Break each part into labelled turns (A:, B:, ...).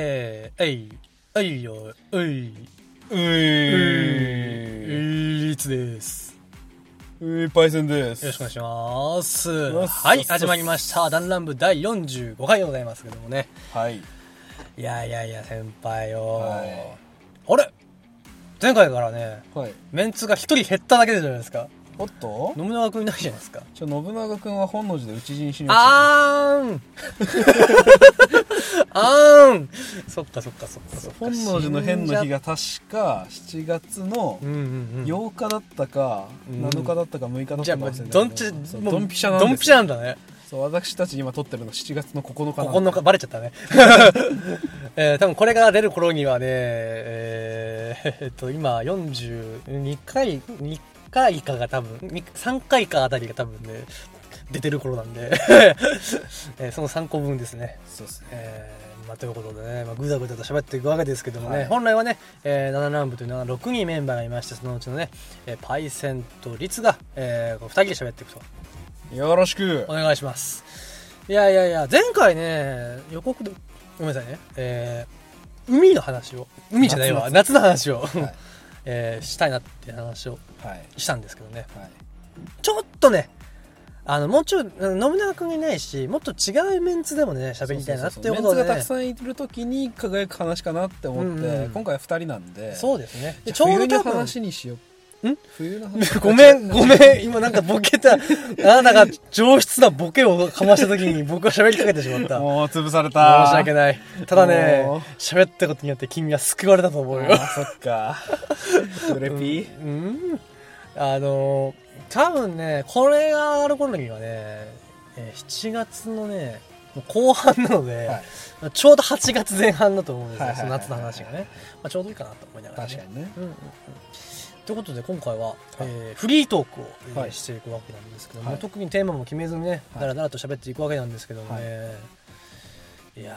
A: えい、えいよ、えい、
B: う
A: えい、
B: え
A: リツです。
B: ー、うえー、パイセンです。
A: よろしくお願いします。
B: っす
A: はい、始まりました。ダンラン部第45回でございますけどもね。
B: はい。
A: いやいやいや、先輩よ。
B: はい
A: あれ前回からね、
B: はい。
A: メンツが一人減っただけじゃないですか。
B: おっと
A: 信長くんいないじゃないですか。
B: ちょ、信長くんは本能寺で討ち死にしました。
A: あーん あーんそっかそっかそっかそっか。
B: 本能寺の変の日
A: が。
B: が確か7月の
A: うんうんうん。
B: 8日だったか、
A: うん
B: 7日だったか6日だっ
A: じゃあ
B: た
A: もう
B: か忘れたけ
A: ドンピ
B: そ
A: シャ
B: う
A: もう
B: ドンピシャなんです
A: ドンピシャなんだね
B: そう、私たち今撮ってるの7月の9
A: こ
B: 日なん
A: こ
B: で
A: のかバレちゃったね えー、多分これが出る頃にはねえーえっと今42回2回かが多分に3回かあたりが多分ね出てる頃なんで、 えーその3個分ですね
B: そうですね。
A: えーまあ、ということでね、まあ、ぐだぐだと喋っていくわけですけどもね、
B: はい
A: 本来はね、えー、7ラウンドというのは6人メンバーがいましてそのうちのね、えーパイセンとリツが、えー、2人で喋っていくと
B: よろしく
A: お。願いしますいやいやいや前回ね予告でごめんなさいねえー海の話を海じゃないわ夏の話を、
B: い
A: えーしたいなっていう話を
B: はい。
A: したんですけどね
B: はい。
A: ちょっとねあのもうちょいあの信長君いないしもっと違うメンツでもね喋りたいなっていうこと
B: メン
A: で
B: ツがた
A: ね
B: くさんいる時に輝く話かなって思って、
A: うんうん
B: 今回は2人なんで
A: そうですね
B: じゃあ
A: ちょう
B: 冬
A: ど多
B: の
A: 分
B: 話にしようん冬の 話
A: ごめん、ごめん、今なんかボケた、あ なたが上質なボケをかました時に僕は喋りかけてしまった。
B: もう潰された
A: 申し訳
B: ない
A: ない。ただね
B: もう、
A: 喋ったことによって君は救われたと思うよ。
B: あそっ かグレピー、
A: うん。あの、多分ね、これがある頃にはね、えー7月のね、もう後半なので、
B: はい
A: ちょうど8月前半だと思うんです
B: は
A: よ、
B: い
A: そ
B: はい
A: の
B: はいはい
A: 夏の話がね。まあ、ちょうどいいかなと思いながら、
B: 確かにね
A: うんうんうんということで今回は、えーフリートークを、えー
B: はい
A: していくわけなんですけども、
B: はい
A: 特にテーマも決めずにね
B: はい
A: だらだらと喋っていくわけなんですけどもね、い、やー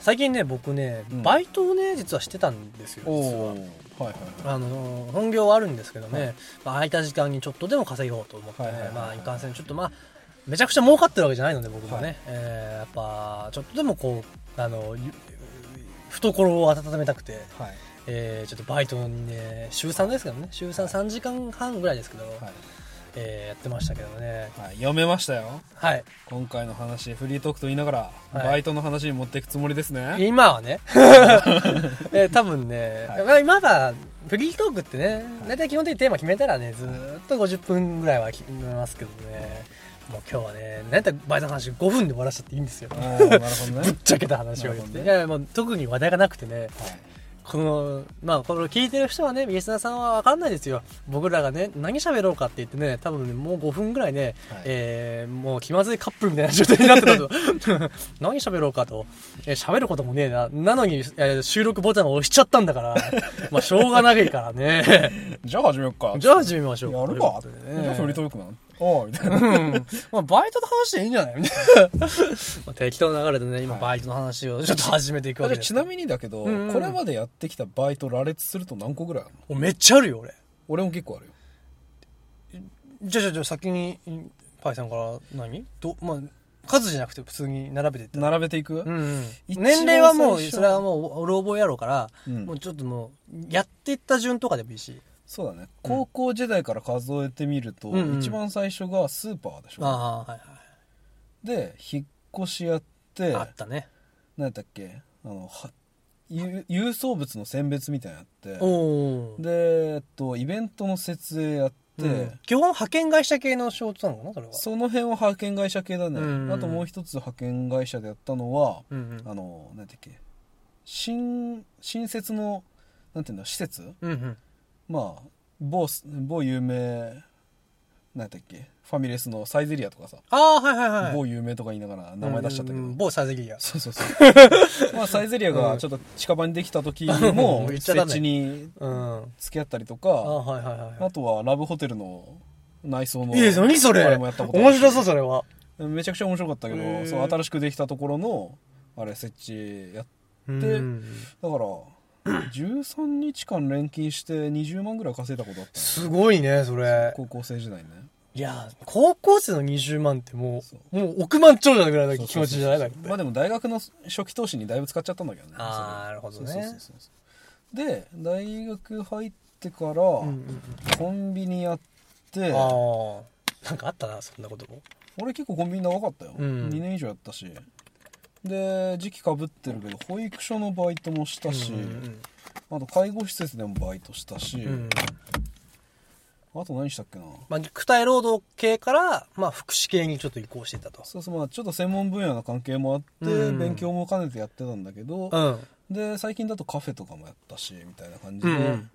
A: 最近ね僕ね
B: うん
A: バイトをね実はしてたんですよ、
B: お
A: 実
B: お
A: は
B: はいはいは
A: あのー本業はあるんですけどね、
B: はい
A: まあ、空いた時間にちょっとでも稼ごうと思ってね、
B: はいはいはいはい
A: まあいかんせんちょっとまあめちゃくちゃ儲かってるわけじゃないので僕もね、
B: はい
A: えーやっぱちょっとでもこうあのゆ懐を温めたくて、
B: いはい
A: えーちょっとバイトにね週3ですけどね週33時間半ぐらいですけど、
B: はい、
A: えーやってましたけどね
B: はい、読めましたよ
A: はい
B: 今回の話フリートークと言いながら、
A: はい
B: バイトの話に持っていくつもりですね
A: 今は ね、えー多分ね、
B: はい
A: まあ今はフリートークってね
B: はい
A: 大体基本的にテーマ決めたらねずーっと50分ぐらいは決めますけどねもう今日はねなんだバイトの話5分で終わらせちゃっていいんですよ
B: おおーなるほ どね
A: ぶっちゃけた話を言って、
B: なるほどね
A: いやいやもう特に話題がなくてね
B: はい
A: このまあこれを聞いてる人はねリスナーさんは分かんないですよ僕らがね何喋ろうかって言ってね多分ねもう5分ぐらいね、
B: はい
A: えーもう気まずいカップルみたいな状態になってたと 何喋ろうかとえー喋ることもねえななのに、えー収録ボタンを押しちゃったんだから まあしょうがないから ね
B: じゃあ始めようか
A: じゃあ始めましょう
B: やるか
A: ということでね
B: じゃあフリートークなんおーみたいな
A: まあ、バイトの話でいいんじゃないみたいな まあ適当な流れでね今バイトの話をちょっと始めていくわ
B: あじ
A: け
B: ゃあ
A: です
B: ちなみにだけど、
A: うんうん
B: これまでやってきたバイト羅列すると何個ぐらいあるの
A: おめっちゃあるよ俺
B: 俺も結構あるよ
A: じゃあじゃあじゃあ先にんパイさんから何どまあ数じゃなくて普通に並べていった
B: 並べていく、
A: うんうん
B: 一番
A: 年齢はもう
B: 最初
A: それはもう俺覚えやろうから、
B: うん
A: もうちょっともうやってった順とかでもいいし
B: そうだね高校時代から数えてみると、
A: うんうん
B: 一番最初がスーパーでしょ、
A: ああはいは
B: で引っ越しやって
A: いあったね
B: 何やったっけあのはゆ郵送物の選別みたいなのや
A: お
B: って
A: おー
B: で、えっと、イベントの設営やっ
A: う
B: て、
A: ん基本派遣会社系の仕事なのかなそれは
B: その辺は派遣会社系だね、
A: うん
B: あともう一つ派遣会社でやったのは、
A: うんうん
B: あの何やったっけ新新設のなんていうんだ施設
A: うんうん
B: まあ某す某有名何やったっけファミレスのサイゼリアとかさ
A: ああはいはいはい
B: 某有名とか言いながら名前出しちゃったけど、
A: うんうん某サゼリア
B: そうそうそ うまあサイゼリアがちょっと近場にできた時に
A: うん
B: も
A: 言っちゃ
B: 設
A: ダメ
B: 置に
A: うんあ
B: 付き合ったりと
A: あ
B: か
A: はいはいはい
B: あとはラブホテルの内装の
A: いえ何それ
B: あれもやったことある
A: 面白そうそれは
B: めちゃくちゃ面白かったけ
A: へー
B: どそう新しくできたところのあれ設置やっ
A: うん
B: だから13日間連勤して20万ぐらい稼いだことあったね
A: すごいねそれ
B: 高校生時代ね
A: いやー、高校生の20万っても、
B: そう
A: もう億万長者ぐらい
B: そう
A: の気
B: そう
A: 持ち
B: そうそう
A: じゃないなんて
B: まあでも大学の初期投資にだいぶ使っちゃったんだけどね
A: あーなるほどね
B: そうそうそうそうで大学入ってから
A: うんうんうん
B: コンビニやって、
A: ああ。なんかあったな、そんなことも。
B: 俺結構コンビニ長かったよ、
A: うん
B: 2年以上やったしで時期かぶってるけど保育所のバイトもしたし、
A: うんうん
B: あと介護施設でもバイトしたし、
A: うんうん
B: あと何したっけな
A: まあ、肉体労働系から、まあ、福祉系にちょっと移行してたと。
B: そうそうまあちょっと専門分野の関係もあって、
A: うん
B: 勉強も兼ねてやってたんだけど、
A: うん。
B: で最近だとカフェとかもやったしみたいな感じで、
A: うんうん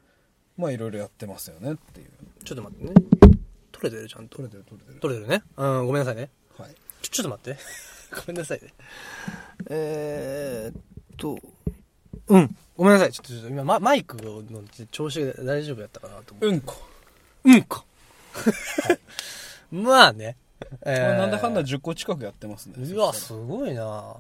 B: まあいろいろやってますよねっていう
A: ちょっと待ってね。取れてる、ちゃんと。
B: 取れてる取れてる
A: 取れてるね。うん、ごめんなさいね。
B: はい
A: ちょ、ちょっと待って。 ごめんなさいね。えーっと、うん。ごめんなさい。ちょっと、ちょっと今、ママイクの調子が大丈夫やったかなと思って。
B: うんこ、
A: うんか。 まあ ね。え
B: これなんだかんだ10個近くやってますね
A: うわ、すごいな。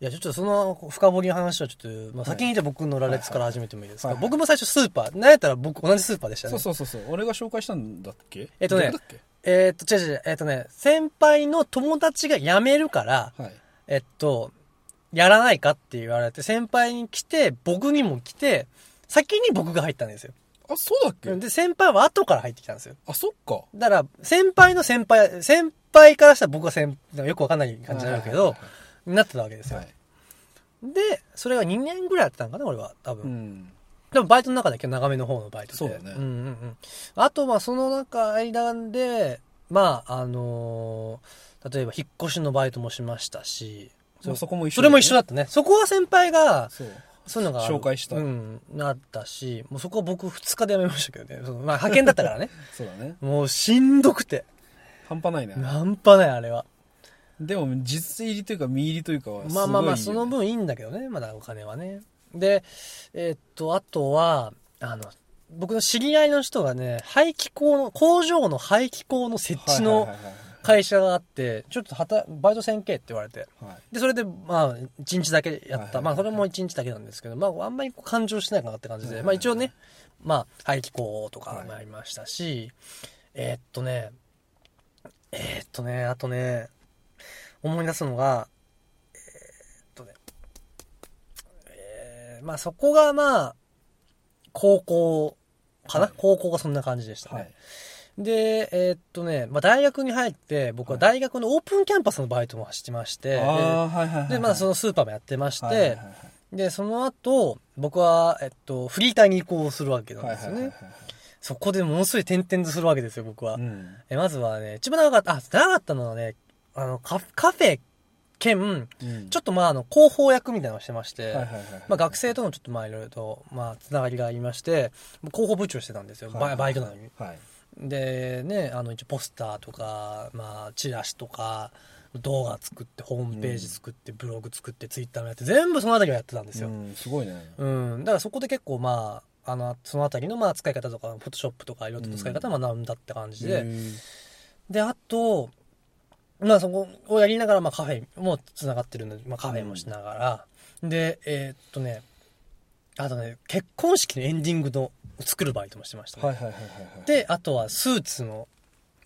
A: いや、ちょっとその深掘りの話はちょっと、まあ、先にじゃあ僕の羅列から始めてもいいですか。
B: はいはいはい
A: 僕も最初スーパー、なんやったら僕同じスーパーでしたね。
B: そうそうそうそう俺が紹介したんだっけ
A: えっとね
B: どこだっけ
A: えーっと、違う違う違う、えーっとね、先輩の友達が辞めるから、
B: はい
A: えっと、やらないかって言われて、先輩に来て、僕にも来て、先に僕が入ったんですよ。
B: あそうだっけ、
A: で、先輩は後から入ってきたんですよ。
B: あそっか
A: だから、先輩の先輩、先輩からしたら僕は先、よくわかんない感じになるけ
B: はい
A: ど
B: はい、
A: なってたわけですよ。
B: はい
A: で、それが2年ぐらいやってたんかな、俺は、多分。
B: うん
A: でもバイトの中だけ長めの方のバイトで。
B: そうだね
A: んうんうん。あと、まあ、その中、間で、まあ、あのー例えば引っ越しのバイトもしましたし、
B: まあそこも一
A: そ
B: 緒だ
A: れ
B: ね
A: も一緒だったね。そこは先輩が、
B: そう
A: そういうのがある。
B: 紹介した
A: うん、なったし、もうそこは僕2日で辞めましたけどね。そのまあ、派遣だったから ね。
B: そうだね
A: もうしんどくて。
B: 半端ないね
A: 半端ない、あれは。
B: でも実入りというか身入りというかは
A: まあまあまあ、
B: す
A: そ
B: ごいよ
A: の
B: ね
A: 分いいんだけどね、まだお金はね。で、えーっと、あとは、あの、僕の知り合いの人がね、排気口の、工場の排気口の設置の
B: はいはいはい
A: 会社があって、ちょっとはた、バイトせんけって言われて。
B: はいはい
A: で、それで、まあ、一日だけや
B: はい
A: っ
B: はいは
A: た。
B: い
A: まあ、それも一日だけなんですけど、まあ、あんまりこう感情してないかなって感じ
B: はい
A: で、
B: はい
A: ま
B: は
A: あ
B: い
A: 一応ね、まあ、排気口とか
B: はい
A: もありましたし、えーっとね、えーっとね、あとね、思い出すのが、えーっとね、えーまあそこがまあ、高校かな、
B: はい
A: 高校がそんな感じでしたね。
B: はい
A: で、えーっとね、まあ大学に入って、僕は大学のオープンキャンパスのバイトもしてまして、
B: あーはいはいはいはい
A: で、まあそのスーパーもやってまして、
B: はいはいはいはい
A: で、その後、僕は、えっと、フリーターに移行するわけなんですよね。
B: はいはいはい
A: そこでものすごい転々とするわけですよ、僕は。
B: はいうん
A: えまずはね、一番長かった、あ、長かったのはね、あの、カフカフェ兼、
B: うん
A: ちょっとまあ、あの、広報役みたいなのをしてまして、
B: はいはいはいはい
A: まあ、学生とのちょっとまあ、いろいろと、まあ、つながりがありまして、広報部長してたんですよ、バイバイトなのに。
B: はい
A: でねあの一応ポスターとか、まあ、チラシとか動画作ってホームページ作って、ブログ作ってツイッターもやって全部そのあたりをやってたんです
B: う
A: よ、
B: んすごいね
A: うんだからそこで結構まああのそのあたりのまあ使い方とかフォトショップとかいろいろと使い方を学んだって感じで、
B: へー
A: であとまあそこをやりながらまあカフェもつながってるので、まあ、カフェもしながら、でえーっとねあとね結婚式のエンディングの作るバイトもしてましたね、
B: はいはいはいはいはい
A: であとはスーツの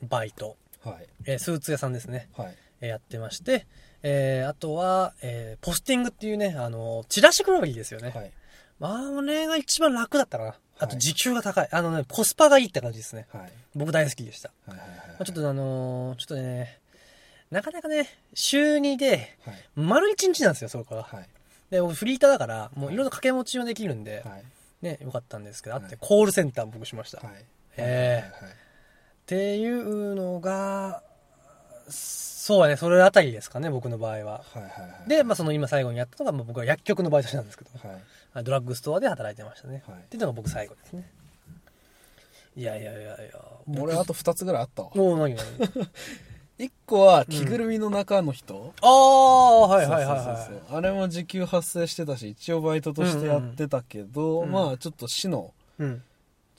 A: バイト、
B: はい
A: えースーツ屋さんですね、
B: はい
A: えーやってまして、えーあとは、えーポスティングっていうね、あのーチラシ配りですよね。
B: はい
A: まあ、あれが一番楽だったかな。あ
B: は
A: と、
B: い
A: 時給が高い。あのね、コスパがいいって感じですね。
B: はい
A: 僕大好きでした。
B: はいはいはい
A: まあ、ちょっとあのーちょっとね、なかなかね、週2で、
B: はい
A: 丸1日なんですよ、そこが。
B: はい
A: で、僕フリーターだから、もういろいろ掛け持ちもできるんで、
B: はい
A: ね、よかったんですけど、あっ
B: は
A: て
B: い
A: コールセンターも僕しました。
B: はい
A: えー
B: はい
A: っていうのが、そうやね、それあたりですかね、僕の場合は。
B: はいはいはい
A: で、まあ、その今最後にやったのが、まあ、僕は薬局のバイトなんですけど、
B: はい
A: あドラッグストアで働いてましたね。
B: はい
A: っていうのが僕最後ですね。いやいやいやいや。
B: 俺あと2つぐらいあったわ
A: もう何何
B: 1個は着ぐるみの中の人
A: ああ、はいはいはい
B: そうそう
A: は
B: そう
A: い。
B: そうあれも時給発生してたし一応バイトとしてやってたけど、
A: うんうん
B: まあちょっと市の
A: うん。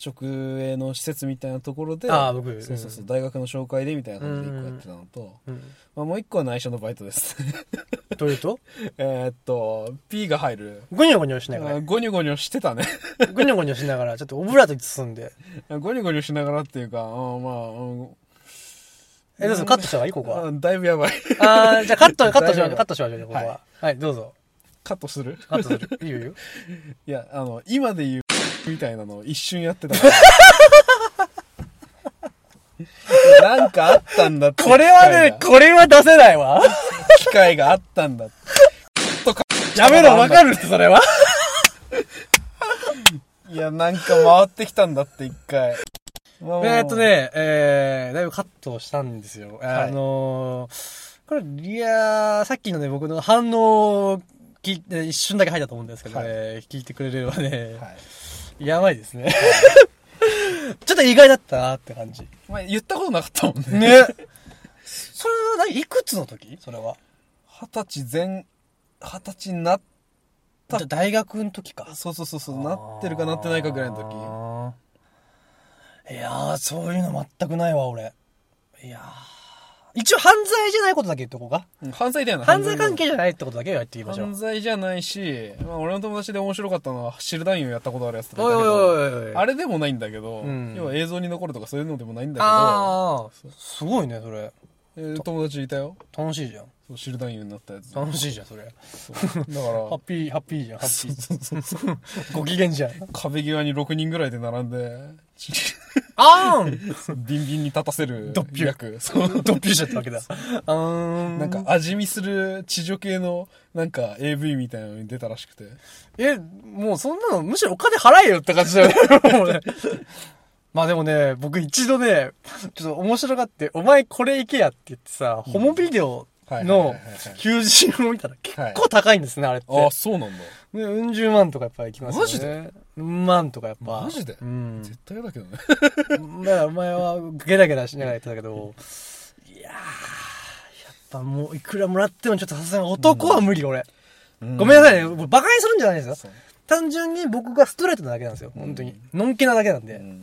B: 直営の施設みたいなところで
A: あー僕
B: そうそうそう大学の紹介でみたいな感じで
A: うん
B: 1
A: うん
B: 個やってたのと、
A: うん。
B: まあ、もう1個は内緒のバイトです
A: というと、
B: えーっと P が入る
A: ゴニョゴニョしな
B: あ
A: が
B: ーゴニョゴニョしてたね
A: ら、ゴニョゴニョしながら、ちょっとオブラートに包んで、
B: ゴニョゴニョしながらっていうか、うん、まあ、うん
A: え、どうぞ、カットした方がいいここは。
B: うんだいぶやばい。
A: あー、じゃあカット、カットしましょう、カットしましょう、ここ
B: は
A: は。はい、どうぞ。
B: カットする
A: カットする。いいよいいよ。
B: いや、あの、今で言う みたいなのを一瞬やってた から。なんかあったんだって。
A: これはね、これは出せないわ。
B: 機会が、機会があったんだって。とか。
A: やめろ、わかるって、それ は。
B: いや、なんか回ってきたんだって、一回。まあまあまあ
A: えーっと。ね、えー、だいぶカットしたんですよ。
B: は
A: あ
B: い
A: のー、これ、いやー、さっきのね、僕の反応を聞いて、一瞬だけ入ったと思うんですけどね、
B: はい
A: 聞いてくれればね、
B: はい。
A: やばいですね。 ちょっと意外だったなって感 じ。
B: まあ、言ったことなかったもんね。
A: ね。それは何いくつの時それは。
B: 二十歳前、二十歳になっ、
A: じゃあ大学の時か。
B: そうそうそうそう、なってるかなってないかぐらいの時。
A: 時。いやー、そういうの全くないわ、俺。いやー。一応犯罪じゃないことだけ言っとこうか。
B: うん犯罪だよな。
A: 犯罪関係じゃないってことだけは言っていきましょ
B: 犯
A: う。
B: 罪じゃないし、まあ、俺の友達で面白かったのは、シルダインをやったことあるやつとか
A: おい
B: た
A: お
B: け
A: い
B: ど
A: おいおい。
B: あ
A: れ
B: れでもないんだけど、
A: うん
B: 要は映像に残るとかそういうのでもないんだ
A: あー、すごいね、それ。
B: けど、えー友達いたよ。
A: 楽しいじゃん。
B: そうシルダインになったやつ。
A: 楽しいじゃん、それ。
B: そうだ
A: ハ
B: か
A: ッ
B: ら、
A: ピー、ハッピーじゃん、ハッピー。 ご機嫌じゃん。
B: 壁際に6人ぐらいで並んで、 ち
A: あーん
B: そうビンビンに立たせる
A: ドッピュ
B: 役。そう。
A: ドッピューしちゃったわけだ。 あーん。
B: なんか、味見する地上系の、なんか AV みたいなのに出たらしくて。
A: え、もうそんなの、むしろお金払えよって感じだよ ね。もうねまあでもね、僕一度ね、ちょっと面白がって、お前これ行けやって言ってさ、ホモビデオ
B: はいはいはい
A: の
B: はいはい
A: 求人を見たら結構高いんですね、あれって。
B: ああ、そうなんだ。
A: ね、うん十万とかやっぱ行きますよね。
B: マジで
A: うん万とかやっぱ。
B: マジで
A: うん。
B: 絶対嫌だけどね。
A: だからお前はゲラゲラしながら言ってたけど、いやー、やっぱもういくらもらってもちょっとさすがに男は無理、俺。ごめんなさいね、僕バカにするんじゃないですよ。
B: そう
A: 単純に僕がストレートなだけなんですよ、本当に。のんきなだけなんで。
B: うん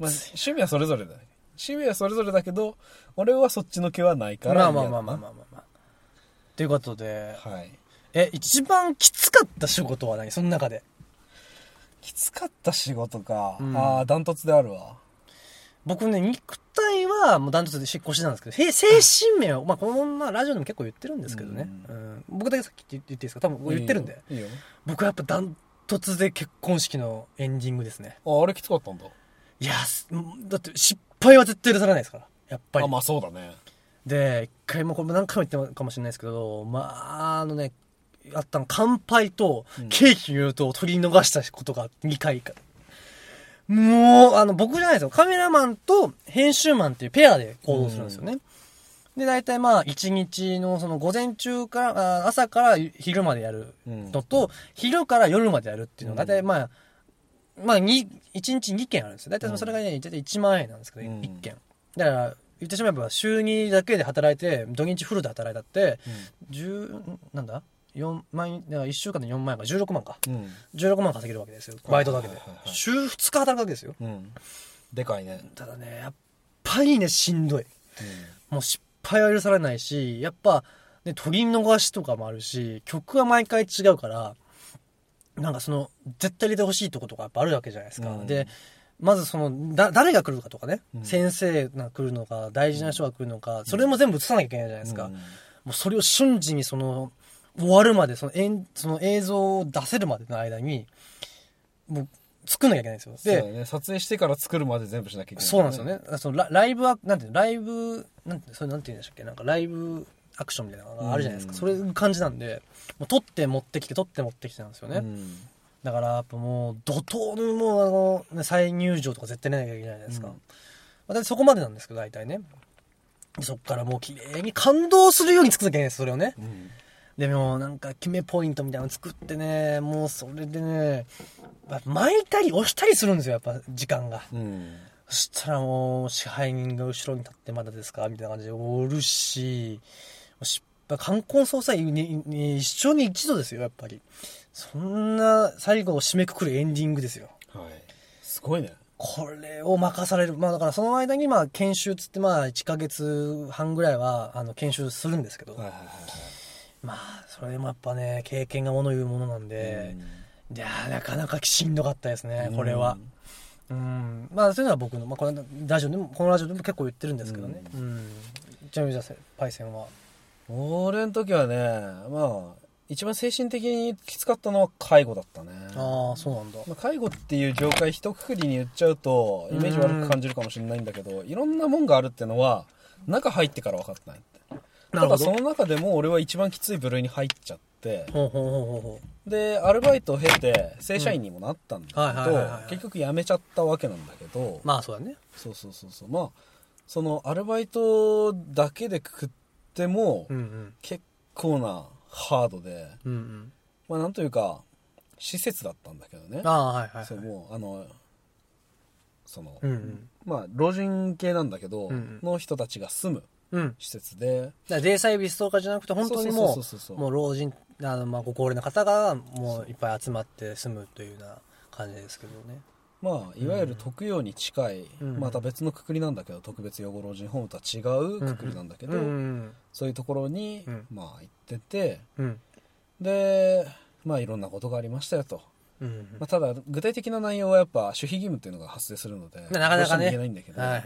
B: まあ、趣味はそれぞれだね趣味はそれぞれだけど俺はそっちの気はないから
A: まあまあまあまあまあまあまあ。ということで、
B: あはい
A: え、一番きつかった仕事は何その中で。
B: きつかった仕事か、
A: うん
B: ああダントツであるわ
A: 僕ね、肉体はもうダントツで執行してたんですけど、へ精神面を、まあこのままラジオでも結構言ってるんですけどね。うん僕だけさっき言っていいですか多分言ってるんで。
B: いいよいいよ
A: 僕はやっぱダントツで結婚式のエンディングですね。
B: ああれきつかったんだ
A: いや、すだって失敗は絶対許されないですから。やっぱり。
B: あまあそうだね
A: で、一回もこれも何回も言ってるかもしれないですけど、まあ、あのね、あったの、乾杯と
B: うん
A: ケーキ入刀を取り逃したことが2回か。もう、あの、僕じゃないですよ。カメラマンと編集マンっていうペアで行動するんですよね。で、大体まあ、1日のその午前中から、あ朝から昼までやる
B: うん
A: のと、昼から夜までやるっていうのが、
B: うん
A: 大体まあ、まあ、に1日2件あるんですよ。大体それがね、大体1万円なんですけど、
B: うん
A: 1件。だから、言ってしまえば、週2だけで働いて、土日フルで働いたって、10、なんだ ?4 万円、1週間で4万円か、16万か。
B: うん
A: 16万稼げるわけですよ。バイトだけで
B: はいはいは。い
A: 週2日働くわけですよ。
B: うん、でかいね、
A: ただね、やっぱりね、しんどい。もう失敗は許されないし、やっぱ、ね、取り逃しとかもあるし、曲は毎回違うから、なんかその、絶対入れてほしいとことかやっぱあるわけじゃないですか。
B: うん
A: で、まずその、だ、誰が来るかとかね、
B: うん
A: 先生が来るのか、大事な人が来るのか、それも全部映さなきゃいけないじゃないですか。
B: うん
A: もうそれを瞬時にその、終わるまで、その、えんその映像を出せるまでの間に、もう、作んなきゃいけないんですよ。
B: そう
A: で
B: だ、ね撮影してから作るまで全部しなきゃいけない、
A: そうなんですよね。そのラライブは、なんていうのライブ、なんて、それなんて言うんでしたっけなんかライブアクションみたいなのがあるじゃないですか。
B: うん
A: そういう感じなんで、もう撮って持ってきて、撮って持ってきてなんですよね。
B: うん
A: だから、やっぱもう、怒涛のもう、あの、ね、再入場とか絶対出なきゃいけないじゃないですか。
B: うん
A: 私そこまでなんですけど、大体ね。そっからもう綺麗に感動するように作らなきゃいけないんです、それをね。
B: うん
A: でもなんか決めポイントみたいなの作ってね、もうそれでね、やっぱ巻いたり押したりするんですよ、やっぱ時間が。
B: うん
A: そしたらもう支配人が後ろに立ってまだですかみたいな感じでおるし、もう失敗、冠婚葬祭にに一生に一度ですよ、やっぱり。そんな最後を締めくくるエンディングですよ。
B: はいすごいね
A: これを任される。まあだからその間にまあ研修つってまあ1ヶ月半ぐらいはあの研修するんですけど、
B: はいはいは
A: まあそれでもやっぱね、経験がもの言うものなん
B: いはい
A: で、いやーなかなかしんどかったですね、これは。うんまあそういうのは僕の、まあ、このラジオでもこのラジオでも結構言ってるんですけどねうん、ちなみにじゃあパイセンは
B: 俺の時はねまあ一番精神的にきつかったのは介護だったね
A: ああそうなんだ
B: まあ、介護っていう業界一括りに言っちゃうとイメージ悪く感じるかもしれないんだけど、いろんなもんがあるってのは中入ってから分かったねって
A: なる
B: た
A: ほ
B: だ
A: ど
B: その中でも俺は一番きつい部類に入っちゃって
A: ほうほうほうほうほ
B: でアルバイトを経て正社員にもなったん
A: うんはいはいはい
B: だ
A: はい
B: けど結局辞めちゃったわけなんだけど、
A: うまあそうだね
B: そうそうそうそうまあそのアルバイトだけでくくっても
A: うんうん
B: 結構なハードで
A: うんうん
B: まあなんというか施設だったんだけどね
A: ああはいはいはい
B: そうもうあのその、
A: うんうん
B: まあ老人系なんだけど、
A: うんうん
B: の人たちが住む
A: うんだか
B: 施設で
A: らデイサービスとかじゃなくて本当にも
B: そう
A: う
B: そうそうそう
A: もう老人あのまあご高齢の方がもういっぱい集まって住むというような感じですけどね
B: まあいわゆる特養に近い、
A: うん
B: また別のくくりなんだけど特別養護老人ホームとは違うくくりなんだけど、
A: うんうん
B: そういうところに、
A: うん
B: まあ行ってて
A: うん
B: でまあいろんなことがありましたよと、
A: うんうん
B: まあ、ただ具体的な内容はやっぱ守秘義務っていうのが発生するので
A: なかなかね
B: どうしても言えないんだけど、
A: はいはい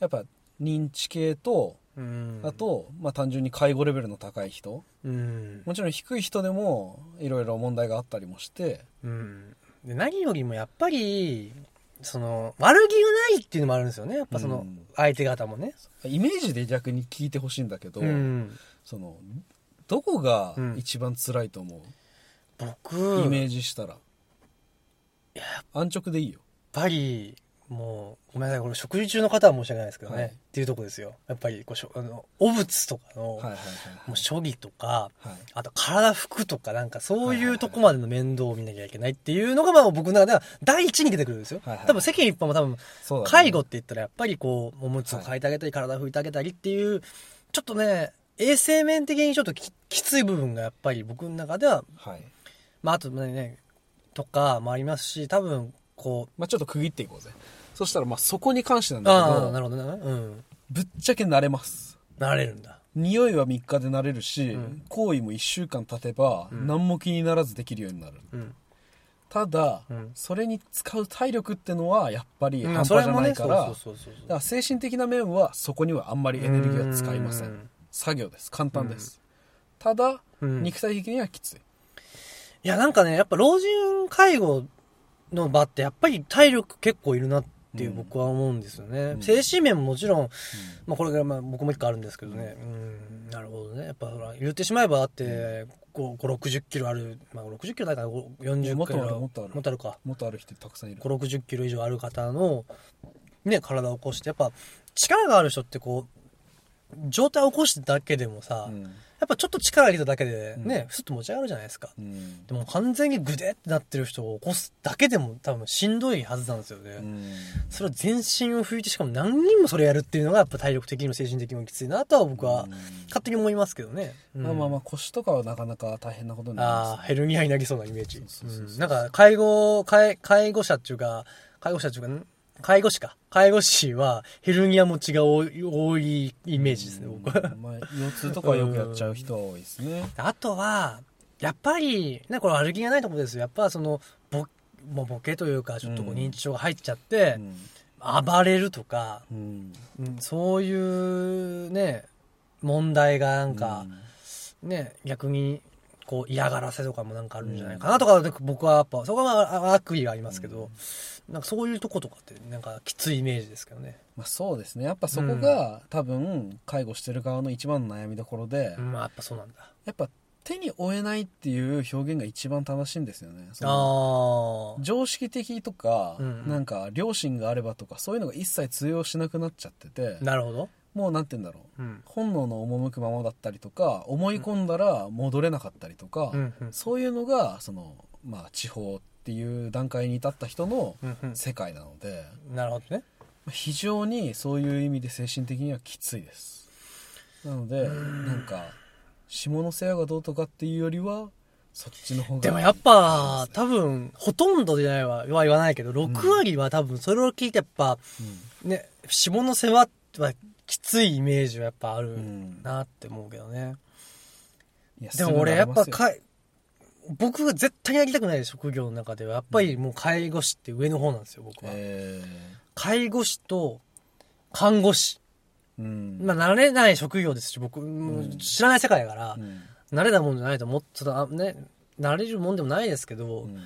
B: やっぱ認知系と
A: うん
B: あと、まあ、単純に介護レベルの高い人
A: うん
B: もちろん低い人でもいろいろ問題があったりもして
A: うん、で何よりもやっぱりその悪気がないっていうのもあるんですよねやっぱその
B: うん
A: 相手方もね。
B: イメージで逆に聞いてほしいんだけど、
A: うん
B: そのどこが
A: うん
B: 一番辛いと思う、
A: 僕
B: イメ
A: やっ
B: ージしたら安直でいいよ
A: ぱりもうごめんなさいこれ食事中の方は申し訳ないですけどね、
B: は
A: っ
B: い
A: ていうとこですよやっぱりこうしょあの汚物とかの、
B: はいはい
A: もう処理とか
B: はいはい
A: あと体拭くとかなんかそういうとこまでの面倒を見なきゃいけないっていうのがまあ僕の中では第一に出てくるんですよ、
B: はいはい
A: 多分世間一般も多分
B: そうだね
A: 介護って言ったらやっぱりこうおむつを変えてあげたり体拭いてあげたりっていうちょっとね衛生面的にちょっとききつい部分がやっぱり僕の中では
B: はい
A: まああとねとかもありますし多分こ
B: まあ、ちょっと区切っていこうぜそしたらまあそこに関してなん
A: うああ
B: だ
A: な
B: けど
A: るほどねうん
B: ぶっちゃけ慣れます
A: なれるんだ
B: 匂いは3日で慣れるし、
A: ん
B: 行為も1週間経てば
A: ん
B: 何も気にならずできるようになる、
A: うん、
B: ただ、
A: うん
B: それに使う体力ってのはやっぱり
A: うん
B: 半端じ
A: それ
B: ゃ
A: も
B: な
A: ね
B: いから、
A: そうそうそう
B: だか
A: そう
B: ら精神的な面はそこにはあんまりエネルギーは使いません
A: うん
B: 作業です簡単です、ただ、
A: うん
B: 肉体的にはきつい
A: いやなんかねやっぱ老人介護の場ってやっぱり体力結構いるなっていう僕は思うんですよね、
B: うん
A: 精神面ももちろんまあ、これがまあ僕も一個あるんですけどね、うん、なるほどね、やっぱほら言ってしまえばあって、5、60キロある、まあ、60キロないから5 40キロ
B: もっとあるも
A: もっ
B: っとある
A: とあるか、
B: もっとある人たくさんいる
A: 5、60キロ以上ある方の、ね、体を起こして、やっぱ力がある人ってこう、状態を起こしてだけでもさ、
B: う
A: や
B: ん
A: っぱちょっと力入れただけでね、
B: うん
A: ふすっと持ち上がるじゃないですか。
B: うん
A: でも完全にグデってなってる人を起こすだけでも多分しんどいはずなんですよね。
B: うん
A: それは全身を拭いてしかも何人もそれやるっていうのがやっぱ体力的にも精神的にもきついなとは僕は
B: うん
A: 勝手に思いますけどね、うん
B: まあまあまあ腰とかはなかなか大変なことになり
A: あ
B: ま
A: ー
B: すね
A: ヘルニアになりそうなイメージ
B: そうそうそうそう
A: うんなんか介護介介護者っていうか介護者っていうかん介護士か介護士はヘルニア持ちが多い多いイメージですね僕は
B: うんまあ腰痛とかはよくやっちゃう人は多いですね
A: あとはやっぱりねこれ歩きがないところですよやっぱそのボもうボケというかちょっとこう
B: うん
A: 認知症が入っちゃって
B: う、ん
A: 暴れるとか
B: うん
A: うんそういうね問題がなんか、ね、逆にこう嫌がらせとかもなんかあるんじゃないかなとか、僕はやっぱそこはあ悪意がありますけど、なんかそういうとことかってなんかきついイメージですけどね
B: まあ、そうですねやっぱそこが多分介護してる側の一番の悩みどころで、
A: まあやっぱそうなんだ
B: やっぱ手に負えないっていう表現が一番正しいんですよねそ
A: あ
B: の
A: あ
B: 常識的とか、
A: うんうん
B: なんか良心があればとかそういうのが一切通用しなくなっちゃってて
A: なるほど、
B: もうなんて言うんだろう
A: うん
B: 本能の赴くままだったりとか思い込んだら戻れなかったりとか、
A: うんうん
B: そういうのがその、まあ、地方っていう段階に至った人の
A: うんう
B: 世界なので
A: ん、なるほどね
B: 非常にそういう意味で精神的にはきついですなのでなんか下の世話がどうとかっていうよりはそっちの方が
A: でもやっぱ多分ほとんどじゃないわは言わないけど6割は多分それを聞いてやっぱね下の世話はきついイメージはやっぱあ
B: うん、う
A: る
B: ん
A: なって思うけどね、
B: いや
A: でも俺やっぱ
B: すぐ慣れ
A: か
B: ますよ
A: い僕が絶対やりたくない職業の中では、やっぱりもう介護士って上の方なんですよ、僕は。
B: え
A: 介護士と看護師。
B: ーうん
A: まあ、慣れない職業ですし、僕、
B: ん
A: 知らない世界だから
B: う、ん
A: 慣れたもんじゃないと思ってた、あね、慣れるもんでもないですけど、
B: うんい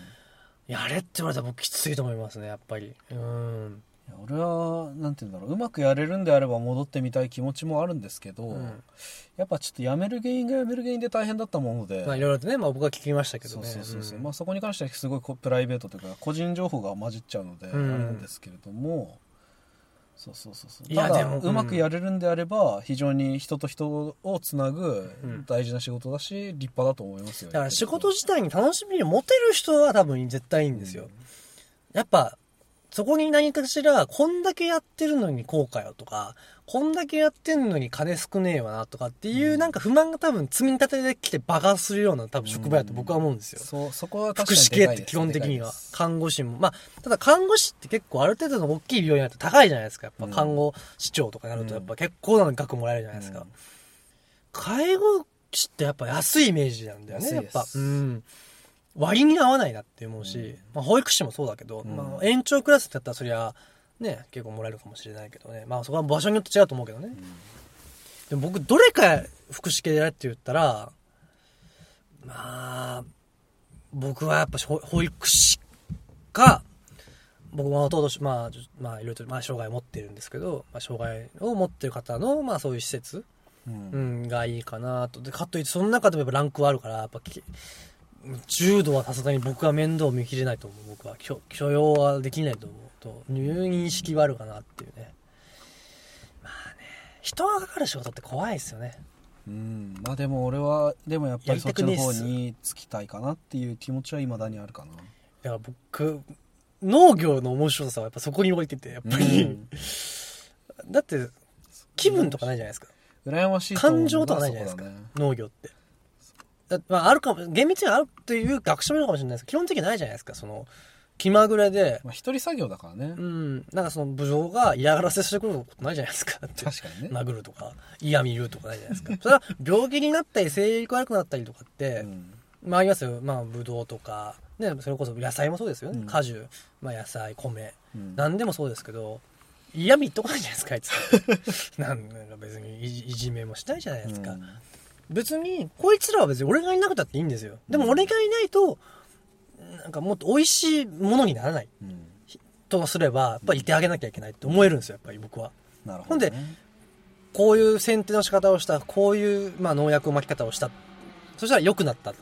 A: やれって言われたら僕きついと思いますね、やっぱり。うん。
B: や俺はなんて言うんだろううまくやれるんであれば戻ってみたい気持ちもあるんですけど、
A: うん
B: やっぱちょっと辞める原因が辞める原因で大変だったもので、
A: まあ、いろいろとね、まあ僕は聞きましたけど
B: そう
A: ね。
B: そうそうそう、
A: ん
B: まあ、そこに関してはすごいこうプライベートというか個人情報が混じっちゃうのであれ
A: ん
B: なんですけれども、そうそうそうそう
A: いや
B: ただ
A: でもうん
B: うまくやれるんであれば非常に人と人をつなぐ
A: うん
B: 大事な仕事だし立派だと思いますよ
A: だから仕事自体に楽しみに持てる人は多分絶対いいんですよ。やっぱ、そこに何かしら、こんだけやってるのに後悔よとか、こんだけやってんのに金少ねえわなとかっていう、
B: うん
A: なんか不満が多分積み立てできて爆発するような多分職場やと僕は思うんですよ。
B: そうそこは
A: 福
B: 確かに
A: 祉
B: で
A: 系
B: か
A: っ
B: い
A: て
B: です
A: 基本的に
B: でかい
A: は
B: で。す
A: 看護師も。まあ、ただ看護師って結構ある程度の大きい病院だと高いじゃないですか。やっぱ
B: うん
A: 看護師長とかになるとやっ
B: う
A: ぱ結構な額もらえるじゃないですか。介護士ってやっぱ安いイメージなんだよね、
B: 安
A: やっ
B: いです
A: ぱ。うん。割に合わないなって思うし、
B: うん
A: まあ保育士もそうだけど、
B: うん
A: まあ延長クラスだったらそりゃ、ね、結構もらえるかもしれないけどね。まあそこは場所によって違うと思うけどね。でも僕、どれか福祉系でやれって言ったら、まあ、僕はやっぱ保保育士か、僕も弟し、まあ、ちょまあ、いろいろと、まあ、障害を持ってるんですけど、まあ、障害を持ってる方の、まあ、そういう施設、
B: うん
A: うん、がいいかなと。で、かといって、その中でもやっぱランクはあるから、やっぱき、柔道はさすがに僕は面倒を見切れないと思う。僕は許許容はできないと思うと、入院式はあるかなっていうね。まあね、人がかかる仕事って怖いですよね。
B: うんまあでも俺はでもやっぱりそっちの方
A: やりたく
B: につきたいかなっていう気持ちはいまだにあるかな
A: だから僕、農業の面白さはやっぱそこに置いてて、やっぱり、
B: うん
A: だって、気分とかないじゃないですか。
B: 羨ましい
A: 感情とかないじゃないですか、農業って。だまあ、あるかも、厳密にはあるっていう学者もいるかもしれないですけど、基本的にないじゃないですか、その、気まぐれで、
B: まあ、一人作業だからね、
A: うん、なんかその、部長が嫌がらせしてくることないじゃないですか、だって。
B: 確かにね、
A: 殴るとか、嫌味言うとかないじゃないですか。それは、病気になったり、性欲悪くなったりとかって、
B: うん
A: まあ、ありますよ。まあ、ぶどうとか、ね、それこそ野菜もそうですよね。
B: うん
A: 果樹、まあ、野菜、米、
B: うん
A: 何でもそうですけど、嫌味言っとかないじゃないですか、あい つ。なんなんか別にいじいじめもしないじゃないですか。
B: うん
A: 別にこいつらは別に俺がいなくたっていいんですよでも俺がいないとなんかもっと美味しいものにならない
B: うん
A: とすればやっぱりいてあげなきゃいけないって思えるんですよやっぱり僕は
B: なるほ
A: ほん
B: ど、ね、
A: でこういう剪定の仕方をしたこういう、まあ、農薬を巻き方をしたそしたら良くなった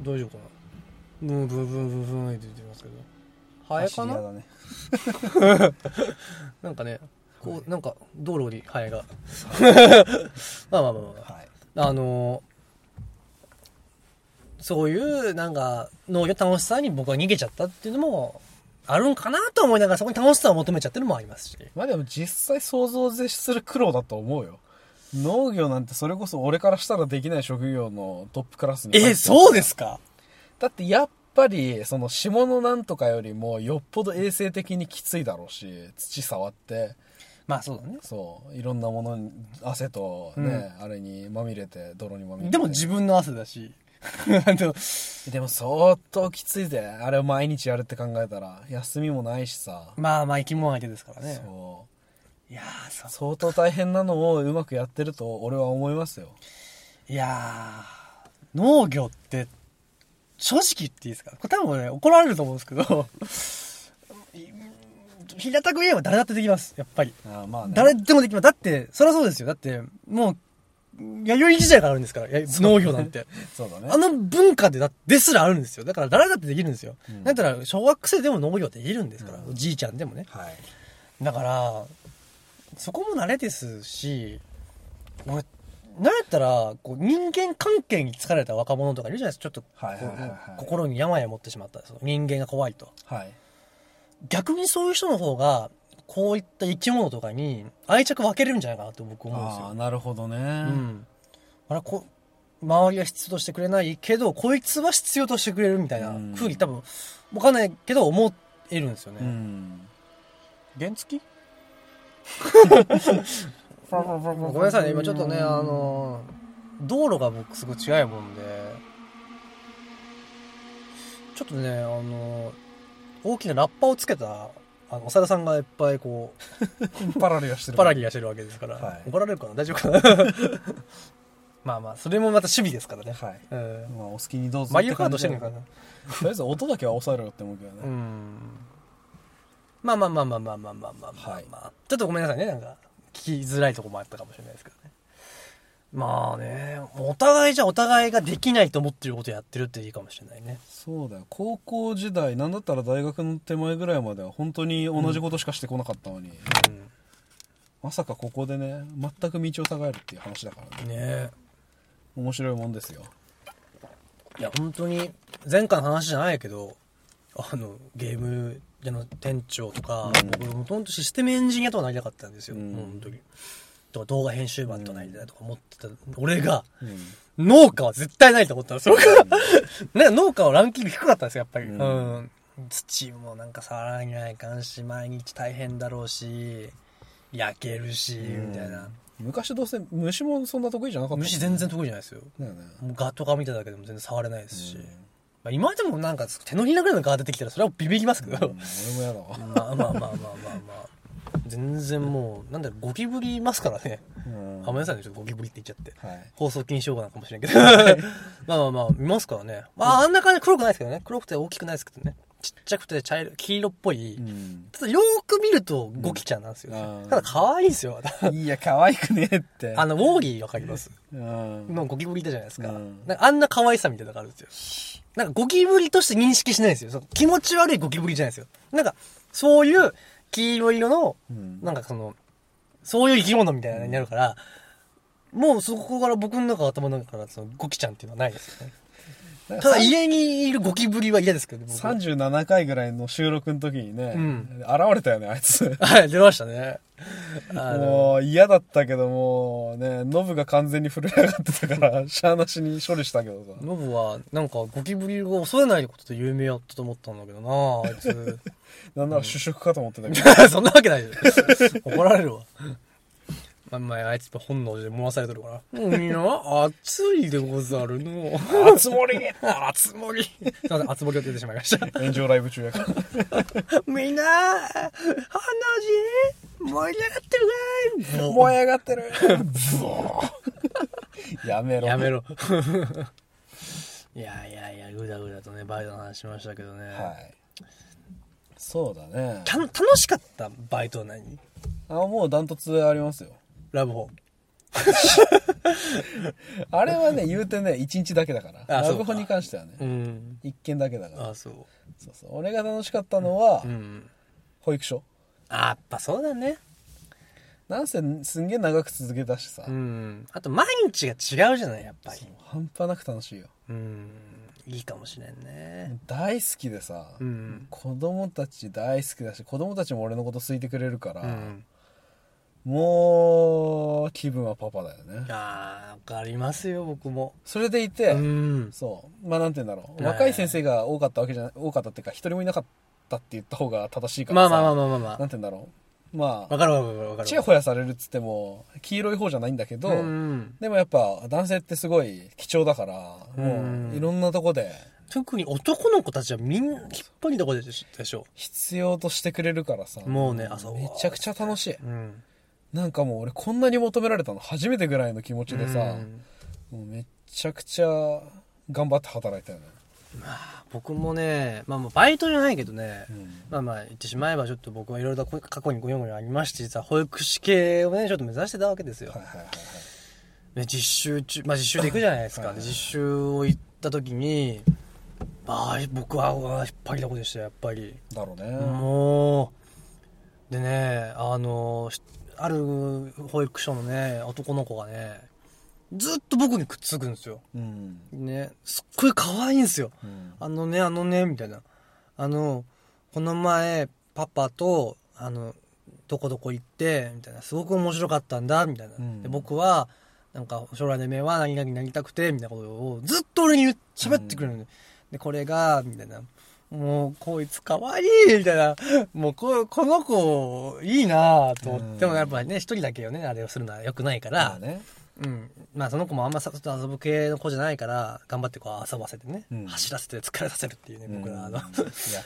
A: どういうことなブンブンブンブンブンって言ってますけどハエか
B: 走り屋
A: な
B: だね
A: なんかねこうなんか道路にハエがまあまあまあまあ
B: はい
A: あのそういうなんか農業楽しさに僕は逃げちゃったっていうのもあるんかなと思いながらそこに楽しさを求めちゃってるのもありますし。
B: まあでも実際想像を絶する苦労だと思うよ農業なんてそれこそ俺からしたらできない職業のトップクラスに入ってる
A: ですか
B: だってやっぱりその下のなんとかよりもよっぽど衛生的にきついだろうし土触って
A: まあそうだね。
B: そういろんなものに汗とね、あれにまみれて泥にまみれて
A: でも自分の汗だし。 あの
B: でも相当きついぜあれを毎日やるって考えたら休みもないしさ、
A: まあまあ生き物相手ですからね。
B: そう
A: いやーそう。
B: 相当大変なのをうまくやってると俺は思いますよ
A: いやー農業って正直言っていいですかこれ多分ね怒られると思うんですけど 平たく言えば誰だってできますやっぱり。
B: ああまあね
A: 誰でもできます。だって、そりゃそうですよ。だって、もう、弥生時代からあるんですから、や農業なんて。
B: そうだね
A: あの文化でだですらあるんですよ。だから誰だってできるんですよ。
B: うん
A: だったら、小学生でも農業できるんですから、おじいちゃんでもね。
B: はい
A: だから、そこも慣れですし、俺、なんやったら、こう、人間関係に疲れた若者とかいるじゃないですか。ちょっとこう、
B: はいはいはいはい
A: 心に病を持ってしまった。その人間が怖いと。
B: はい
A: 逆にそういう人の方が、こういった生き物とかに愛着分けれるんじゃないかなと僕思うんです
B: ああ
A: よ。
B: なるほどね、
A: うん。あれ、こ周りは必要としてくれないけど、こいつは必要としてくれるみたいな
B: うん
A: 風に多分、わかんないけど思えるんですよね。
B: うん原付き
A: ごめんなさいね、今ちょっとね、あのー道路が僕すごい違うもんで、ちょっとね、あの、大きなラッパをつけた、あの、長田さんがいっぱいこう、
B: パラリはしてる
A: パラリアしてるわけですから、
B: はい
A: 怒られるかな大丈夫か なまあまあ、それもまた守備ですからね。
B: はい
A: うん。
B: まあお好きにどうぞ
A: マリオカードしてるのか
B: と
A: な
B: りあえず音だけは抑えろよって思うけどね、
A: うん。まあまあまあまあまあまあまあまあまあ、
B: はい
A: ちょっとごめんなさいね、なんか、聞きづらいとこもあったかもしれないですけどね。まあね、お互いじゃお互いができないと思ってることやってるっていいかもしれないね。
B: そうだよ高校時代なんだったら大学の手前ぐらいまでは本当に同じことしかしてこなかったのに、まさかここでね全く道を下がえるっていう話だから
A: う
B: ね
A: ん。ねえ。
B: 面白いもんですよ
A: いや、本当に、前回の話じゃないけど、あの、ゲームでの店長とか、
B: うん
A: 僕、もともとシステムエンジニアとはなりたかったんですよ、
B: うん
A: 本当に。とか、動画編集マンとなりたいとか思ってた、俺が、
B: うん
A: 農家は絶対ないと思ったんですよ。なんか農家はランキング低かったんですよ、やっぱり。
B: う
A: うんん。土もなんか触らなきゃいけないかんし、毎日大変だろうし、焼けるし、みたいな。
B: 昔どうせ虫もそんな得意じゃなかったもんね
A: 虫全然得意じゃないですよ。
B: だよね
A: もうガとか見ただけでも全然触れないですし。
B: うん
A: まあ、今でもなんか手のひらぐらいのガ出てきたらそれはビビりますけ
B: うん
A: ど。
B: 俺もやだわ
A: まあまあまあまあまあまあ。全然もう、なんだろう、ゴキブリいますからね。
B: うん
A: あ、ごめんなさいね、ちょっとゴキブリって言っちゃって。
B: はい
A: 放送禁止用語なのかもしれんけど。まあまあまあ、見ますからね。まあ、あんな感じ黒くないですけどね。黒くて大きくないですけどね。ちっちゃくて茶色、黄色っぽい。
B: うん
A: ただ、よーく見るとゴキちゃんなんですよ、ね
B: うんあー
A: ただ、可愛いですよ。
B: いや可愛くねえって
A: あの、ウォーリーわかります
B: うん
A: のゴキブリいたじゃないですか。
B: うん
A: なんかあんな可愛さみたいなのがあるんですよ。なんかゴキブリとして認識しないんですよ。その気持ち悪いゴキブリじゃないですよ。なんか、そういう黄色色の、
B: うん
A: なんかその、そういう生き物みたいなのになるから、もうそこから僕の中頭の中からそのゴキちゃんっていうのはないですよね。
B: なんか
A: ただ家にいるゴキブリは嫌ですけど、僕は。
B: 37回ぐらいの収録の時にね、
A: うん
B: 現れたよねあいつ
A: はい、出ましたね。あの、
B: もう嫌だったけどもうねノブが完全に震え上がってたからしゃあなしに処理したけどさ
A: ノブはなんかゴキブリを恐れないことで有名やったと思ったんだけどなあいつ。
B: なんなら主食かと思ってたけ ど、
A: そんなわけないよ。怒られるわ。まあまあ、あいつやっぱ本能寺で燃わされてるから。うん、いや、熱いでござるの。
B: あつ森
A: 熱盛。すいません、熱盛を出てしまいました。
B: 炎上ライブ中やから
A: みんな、本能寺、燃え上がってるかい
B: 燃え上がってるやめろ
A: やめろ。いやいやいや、ぐだぐだとね、バイトの話しましたけどね。
B: はいそうだね
A: たの楽しかったバイトは何
B: あもうダントツありますよ
A: ラブホ。
B: あれはね言うてね1日だけだから
A: あ
B: ラ
A: そうか
B: ブホに関してはね
A: うん。
B: 1件だけだから
A: あ、そ
B: そうそう俺が楽しかったのは
A: う。うん。
B: 保育所
A: あ、やっぱそうだね。
B: なんせすんげえ長く続けたしさ、
A: うん。あと、毎日が違うじゃない、やっぱり。
B: 半端なく楽しいよ
A: うん。いいかもしれんね。
B: 大好きでさ、
A: うん。
B: 子供たち大好きだし子供たちも俺のこと好いてくれるから、
A: うん。
B: もう気分はパパだよね
A: ああ、わかりますよ、僕も。
B: それでいて、
A: うん。
B: そうまあなんて言うんだろう、
A: はい
B: 若い先生が多かったわけじゃない多かったっていうか一人もいなかったって言った方が正しいから
A: まあ
B: さ
A: まあまあまあまあま
B: なんて言うんだろうま
A: あ。
B: あ
A: わかるわかるわかる。
B: ちやほやされるっつっても黄色い方じゃないんだけど、
A: うん。
B: でもやっぱ男性ってすごい貴重だから、も
A: う
B: うんいろんなとこで
A: 特に男の子たちはみんな引っ張りだこでしょ。
B: 必要としてくれるからさ
A: もうねあそう
B: めちゃくちゃ楽しい
A: うん。
B: なんかもう俺こんなに求められたの初めてぐらいの気持ちでさ、もうめちゃくちゃ頑張って働いたよね、
A: 僕もね、まあもうバイトじゃないけどね、
B: うん
A: まあまあ言ってしまえばちょっと僕はいろいろと過去にご用意ありまして、実は保育士系をね、ちょっと目指してたわけですよ。
B: はいはいはいはい
A: ね、実習中、まあ、実習で行くじゃないですか、
B: はいはい
A: で実習を行った時に、まあ、僕はうわ引っ張りだこでしたやっぱり、
B: だろうね、
A: もうでねあのしある保育所のね男の子がねずっと僕にくっつくんですよ
B: うん
A: ねすっごい可愛いんですよ
B: うん
A: あのね、あのね、みたいな。あの、この前、パパと、あの、どこどこ行って、みたいな。すごく面白かったんだ、みたいな。
B: うん
A: で僕は、なんか、将来の夢は何々になりたくて、みたいなことをずっと俺に言う喋ってくれるの、ねで、これが、みたいな。もう、こいつ可愛いみたいな。もうこ、この子、いいなぁと思って。
B: うん
A: でもやっぱりね、一人だけよね、あれをするのは良くないか
B: まあ
A: ら、
B: ね
A: うん。まあその子もあんま外と遊ぶ系の子じゃないから、頑張ってこう遊ばせてね、
B: うん
A: 走らせて疲れさせるっていうね、僕らあ の、
B: やっ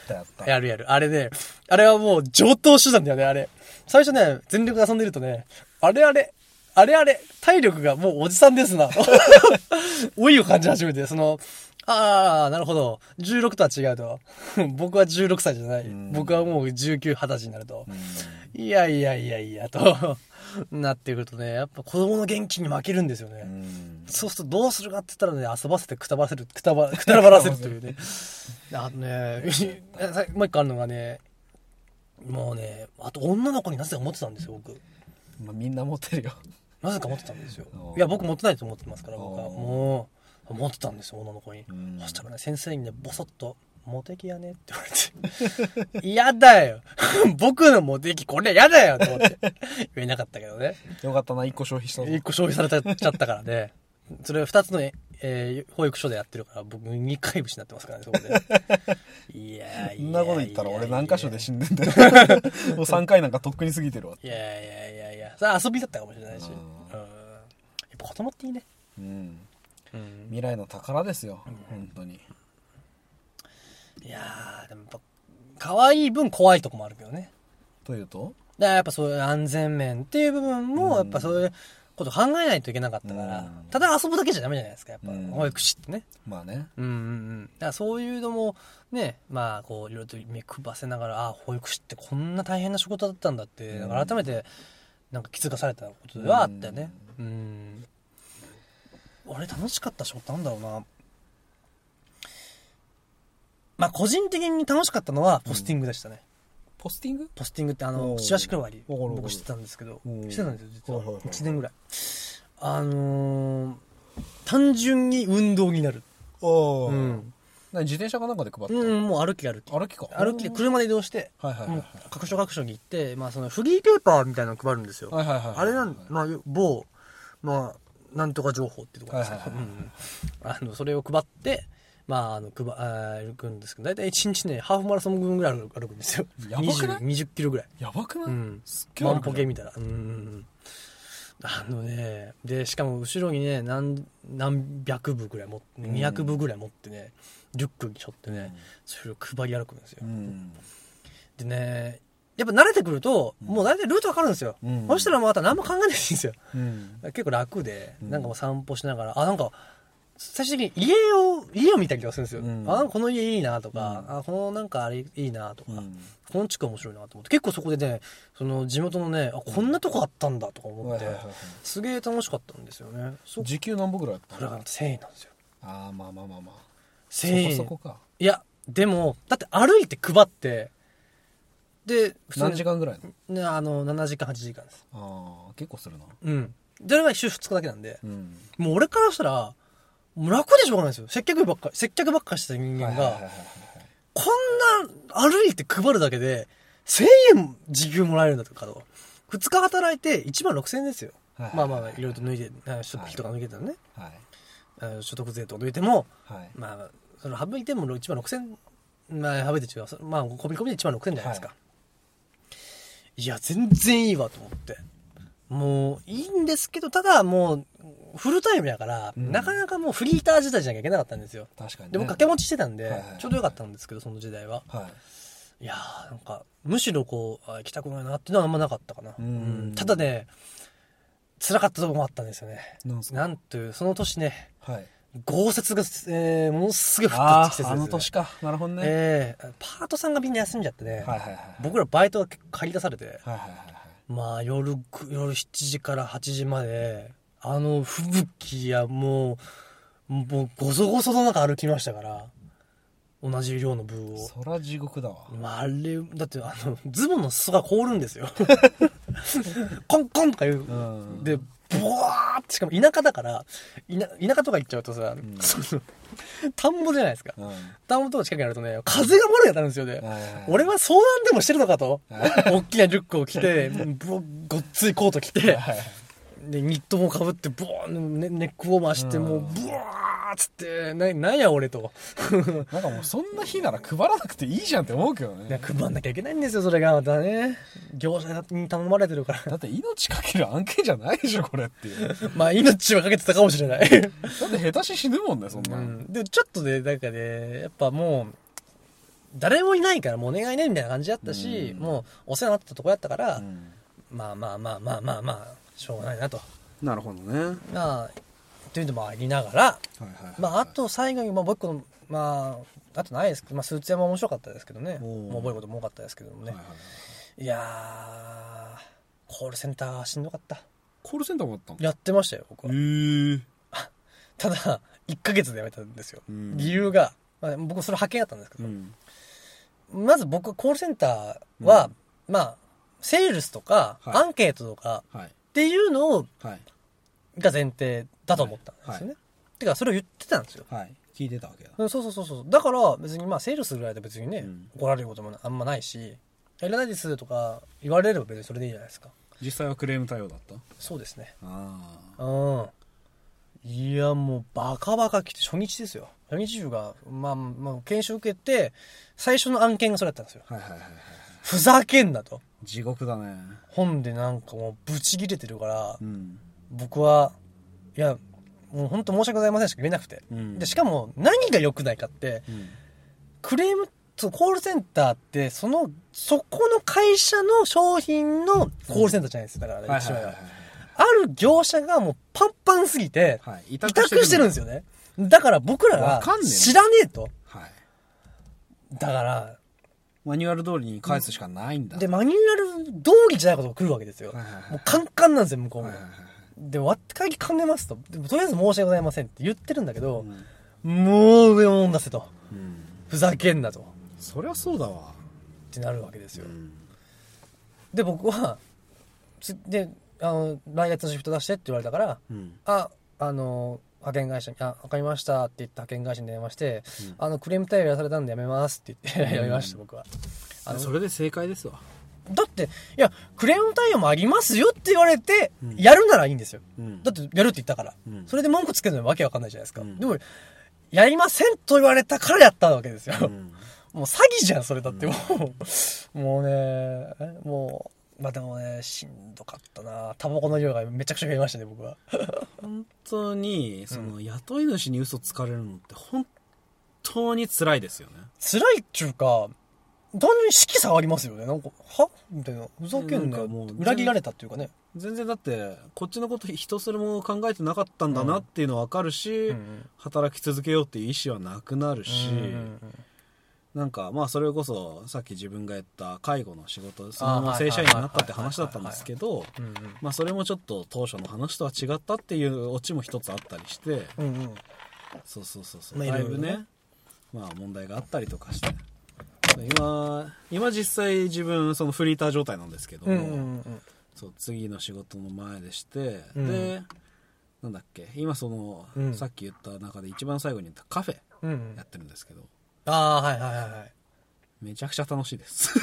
B: たやった。
A: やるやる。あれね、あれはもう上等手段だよね、あれ。最初ね、全力で遊んでるとね、あれあれ、あれあれ、体力がもうおじさんです な。老いを感じ始めて、その、ああ、なるほど。16とは違うと。 僕は16歳じゃない。
B: ん
A: 僕はもう19、20歳になると
B: う。ん
A: いやいやいやいや、と なってくるとね、やっぱ子供の元気に負けるんですよね。
B: うん
A: そうするとどうするかって言ったらね、遊ばせてくたばせる、くたば、くたばらせるという ね。あとね、 さもう一個あるのがね、もうね、あと女の子になぜか持ってたんですよ、僕。
B: まあ、みんな持ってる よ。
A: なぜか持ってたんですよ
B: あ。ー
A: いや、僕持ってないと思ってますから、僕は。
B: あー
A: もう、持ってたんですよ、女の子に
B: うん。
A: そしたらね、先生にね、ボソッと、モテキやねって言われて。 嫌だよ僕のモテキ、これ嫌だよと思って。言えなかったけどね。
B: よかったな、一個消費した ぞ。
A: 一個消費されたちゃったからね。それ二つの、ええー保育所でやってるから、僕二回節になってますからね、そこ で。いやいやいや
B: そんなこと言ったら俺何箇所で
A: し
B: 死んでんだよ。 もう3回なんかとっくに過ぎてるわ。
A: いやいやいやいや。それは遊びだったかもしれないし。
B: う
A: うんん。やっぱ子供っていいね。
B: うん。
A: うん。
B: 未来の宝ですよ。本当に。
A: いやー、でもやっぱ、可愛い分怖いとこもあるけどね。
B: というと
A: だからやっぱそういう安全面っていう部分も、やっぱそういうこと考えないといけなかったから、
B: うん
A: ただ遊ぶだけじゃダメじゃないですか、やっぱ、
B: うん
A: 保育士ってね。
B: まあね。
A: うんうんうん。だからそういうのも、ね、まあ、こう、いろいろと目くばせながら、ああ、保育士ってこんな大変な仕事だったんだって、
B: うん
A: だから改めて、なんか気づかされたことではあったよね。うん。俺楽しかった仕事なんだろうな。まあ、個人的に楽しかったのは、ポスティングでしたね。
B: ポスティング
A: ポスティングってあ
B: お
A: の、
B: う
A: チワシクロワリ、
B: わかるわかる
A: 僕知ってたんですけど
B: お、う
A: してたんですよ、実は。
B: はいはいはい
A: 1年ぐらい。あのー単純に運動になる。う
B: おお。
A: ん。
B: 何自転車かなんかで配った、
A: うん、もう歩き歩き。
B: 歩きか。
A: 歩きで車で移動して、
B: はいはいはい
A: も
B: は
A: う各所各所に行って、まあそのフリーペーパーみたいなの配るんですよ。
B: はいはいはいはい
A: あれなん、まあ某、まあ、なんとか情報ってとこですね。
B: はいはいはい
A: うんあの、それを配って、まあ、あの、配、あー歩くんですけど、だいたい1日ね、ハーフマラソン分ぐらい歩く歩くんですよ。
B: やばくない
A: 20 20キロぐらい。
B: やばくない、
A: うん
B: すっげえ
A: マン
B: 歩く
A: ポ
B: じゃ
A: ケ
B: ん
A: みたいな。うんうんうん。あのね、で、しかも後ろにね、何、何百部ぐらい持って、200部ぐらい持ってね、リュックに背負ってね、それを配り歩くんですよ。
B: うん。
A: でね、やっぱ慣れてくると、もう大体ルートわかるんですよ。
B: うん
A: そしたらまた何も考えないんですよ。
B: うん。
A: 結構楽で、
B: うん
A: なんかもう散歩しながら、あ、なんか、最終的に家を、家を見たりとかするんですよ。
B: うん
A: あ、なんかこの家いいなとか、
B: う
A: あ、このなんかあれいいなとか、
B: うん
A: この地区面白いなと思って、結構そこでね、その地元のね、あ、こんなとこあったんだとか思
B: は
A: っ
B: い
A: て、
B: はいはいはい
A: すげえ楽しかったんですよね。そこ
B: 時給何歩ぐらいだっ
A: れ
B: た
A: が1000円なんですよ。
B: ああ、まあまあまあまあ。
A: 1000
B: そこ
A: 円。
B: そこか。
A: いや、でも、だって歩いて配って、で、普
B: 何
A: に
B: 時間ぐらいの
A: ね、あの、7時間、8時間です。
B: ああ、結構するな。
A: うん。それは一週二日だけなんで
B: う、ん。
A: もう俺からしたら、もう楽でしょうがないですよ。接客ばっか、接客ばっかしてた人間
B: はいはいはい
A: が、
B: はい
A: こんな歩いて配るだけで、1000円時給もらえるんだとかと。2日働いて1万6000円ですよ。
B: はい
A: まあまあ、いろいろと抜いて、あ食費とか抜いてたのね。
B: はい。
A: あ所得税とか抜いても、
B: はい。
A: まあ、その省いても1万6000、まあ、省いて違う。そまあ、込み込みで1万6000じゃないですか。、
B: はい
A: や、全然いいわと思って。もう、いいんですけど、ただもう、フルタイムやから、
B: うん
A: なかなかもうフリーター時代じゃなきゃいけなかったんですよ。
B: 確かに、ね。
A: で、僕掛け持ちしてたん
B: はい
A: で
B: はいはい、
A: ちょうどよかったんですけど、その時代は。
B: はい。
A: いやー、なんか、むしろこう、あ行きたくないなっていうのはあんまなかったかな。
B: うん
A: うんただね、辛かったとこもあったんですよね。
B: なんすか
A: なんという、その年ね、
B: はい。
A: 豪雪が、えー、ものすごい降った
B: あ
A: 季節です、
B: あ、
A: ね。
B: あの年か。なるほどね。
A: ええパートさんがみんな休んじゃってね、
B: はいはいはい。
A: 僕らバイトが結構借り出されて、
B: はいはいはいはい。
A: まあ夜く、夜7時から8時まで、あの吹雪やもう、もうごそごその中歩きましたから、同じ量の分を。
B: そら地獄だわ。
A: まあ、あれ、だってあの、ズボンの裾が凍るん ですよ。コンコンとかいう。
B: うん。
A: で、ボワーって、しかも田舎だから、田田舎とか行っちゃうとさ、その田んぼじゃないですか。
B: うん。
A: 田んぼとか近くにあるとね、風がもろに当たるんですよね。俺は相談でもしてるのかと。大きなリュックを着て、ぼごっついコート着て、
B: はい
A: で、ニットも被って、ボーン、ね、ネックウォーマーして、もう、ブワーっつって、な、なんや俺と。
B: なんかもうそんな日なら配らなくていいじゃんって思うけど
A: いや
B: ね
A: 配んなきゃいけないんですよ、それが。またね。業者に頼まれてるから。
B: だって命かける案件じゃないでしょこれっていうだって
A: まあ、命はかけてたかもしれない。
B: 下手し死ぬもんねそん
A: う
B: なん、
A: ん。で、ちょっとね、なんかね、やっぱもう、誰もいないからもうお願いねみたいな感じだったし、
B: うん
A: もうお世話になってたとこやったから、
B: うん
A: まあまあまあまあまあまあ、しょうがないなと。
B: なるほどねはい
A: まあ、というのもありながら、
B: はいはい、
A: まあ、あと最後に、まあ、もう一個の、まあ、あとないですけど、まあ、スーツ屋も面白かったですけどね。
B: おー
A: もう覚えることも多かったですけども
B: はい
A: ね
B: はい。はい
A: いやー、コールセンターしんどかった。
B: コールセンターもあったの
A: やってましたよ、僕は。
B: え
A: ただ、1ヶ月で辞めたんですよ。
B: うん
A: 理由が、まあ、僕それ派遣やったんですけ
B: う
A: ど、
B: ん
A: まず僕、コールセンターは、まあ、セールスとか、
B: はい
A: アンケートとか、
B: はい
A: っていうのを、
B: はい
A: が前提だと思ったんですよね。
B: はいは
A: てか、それを言ってたんですよ。
B: はい聞いてたわけだ
A: うんそうそうそうそう。だから、別にまあ、セールスぐらいで別にね、
B: うん
A: 怒られることもなあんまないし、いらないですとか言われれば別にそれでいいじゃないですか。
B: 実際はクレーム対応だった
A: そうですね。
B: ああ
A: うん。いや、もう、バカバカ来て、初日ですよ。初日中が、まあ、まあ、研修受けて、最初の案件がそれだったんですよ。
B: はいはいはいはい
A: ふざけんなと。
B: 地獄だね
A: 本でなんかもう、ブチ切れてるから
B: う、ん
A: 僕は、いや、もう本当申し訳ございませんしか言えなくて。
B: うん
A: で、しかも、何が良くないかって、
B: うん
A: クレーム、そうコールセンターって、その、そこの会社の商品のコールセンターじゃないですか。だから、
B: はい
A: 一
B: はい
A: 番
B: はい
A: は。ある業者がもうパンパンすぎて、
B: はい委
A: 委託してるんです
B: よ
A: よね。だから僕ら
B: わ
A: が
B: かんねえな
A: 知らねえと。
B: はい
A: だから、
B: マニュアル通りに返すしかないんだ
A: で、マニュアル通りじゃないことが来るわけですよ。
B: はいはいはい
A: もうカンカンなんですよ、向こうも
B: はいはい。はい
A: で、わって鍵噛んでますと。でもとりあえず申し訳ございませんって言ってるんだけど、
B: ん
A: もう上を飲んだせと。
B: うん
A: ふざけんなと。っ
B: そりゃそうだわ
A: てなるわけですよ。
B: ん
A: で、僕は、つで、あの、来月のシフト出してって言われたから、
B: うん
A: あ、あの、派遣会社に、あ、わかりましたって言って派遣会社に電話して、あの、クレーム対応やらされたんでやめますって言って、やめました、僕は。あの
B: それで正解ですわ
A: だって、いや、クレーム対応もありますよって言われて、やるならいいんですよ。
B: うん
A: だって、やるって言ったから。
B: うん
A: それで文句つけるのわけわかんないじゃないですか。
B: うん
A: でも、やりませんと言われたからやったわけですよ。
B: ん
A: もう詐欺じゃん、それだってもう。もうね、えもう、まあでもね、しんどかったな。タバコの量がめちゃくちゃ増えましたね、僕は。
B: 本当にその雇い主に嘘つかれるのって本当に辛いですよね
A: 辛いっちゅうか、単純に色差ありますよね。なんか、はみたいな。ふざけんな
B: なんか
A: よ
B: もう。
A: 裏切られたっていうかね。
B: 全然だってこっちのこと人それも考えてなかったんだなっていうのは分かるし、
A: うんうん
B: 働き続けようっていう意思はなくなるし、
A: うんうんうん
B: なんかまあそれこそさっき自分がやった介護の仕事そ
A: あ
B: の
A: ー
B: まま
A: はいはい
B: 正
A: はい
B: 社員になったって話だったんですけど
A: うん
B: まあそれもちょっと当初の話とは違ったっていうオチも一つあったりして
A: うん。うんうん。
B: そうそうそうそう
A: まあ
B: だいぶ
A: いろいろ
B: ねまあ問題があったりとかして今今実際自分そのフリーター状態なんですけど
A: う
B: も、
A: んうんうん。
B: そう次の仕事の前でして、
A: うん
B: でなんだっけ今その、
A: うん
B: さっき言った中で一番最後に言ったカフェ
A: うんうん
B: やってるんですけど
A: ああ、はいはいはいはい。
B: めちゃくちゃ楽しいです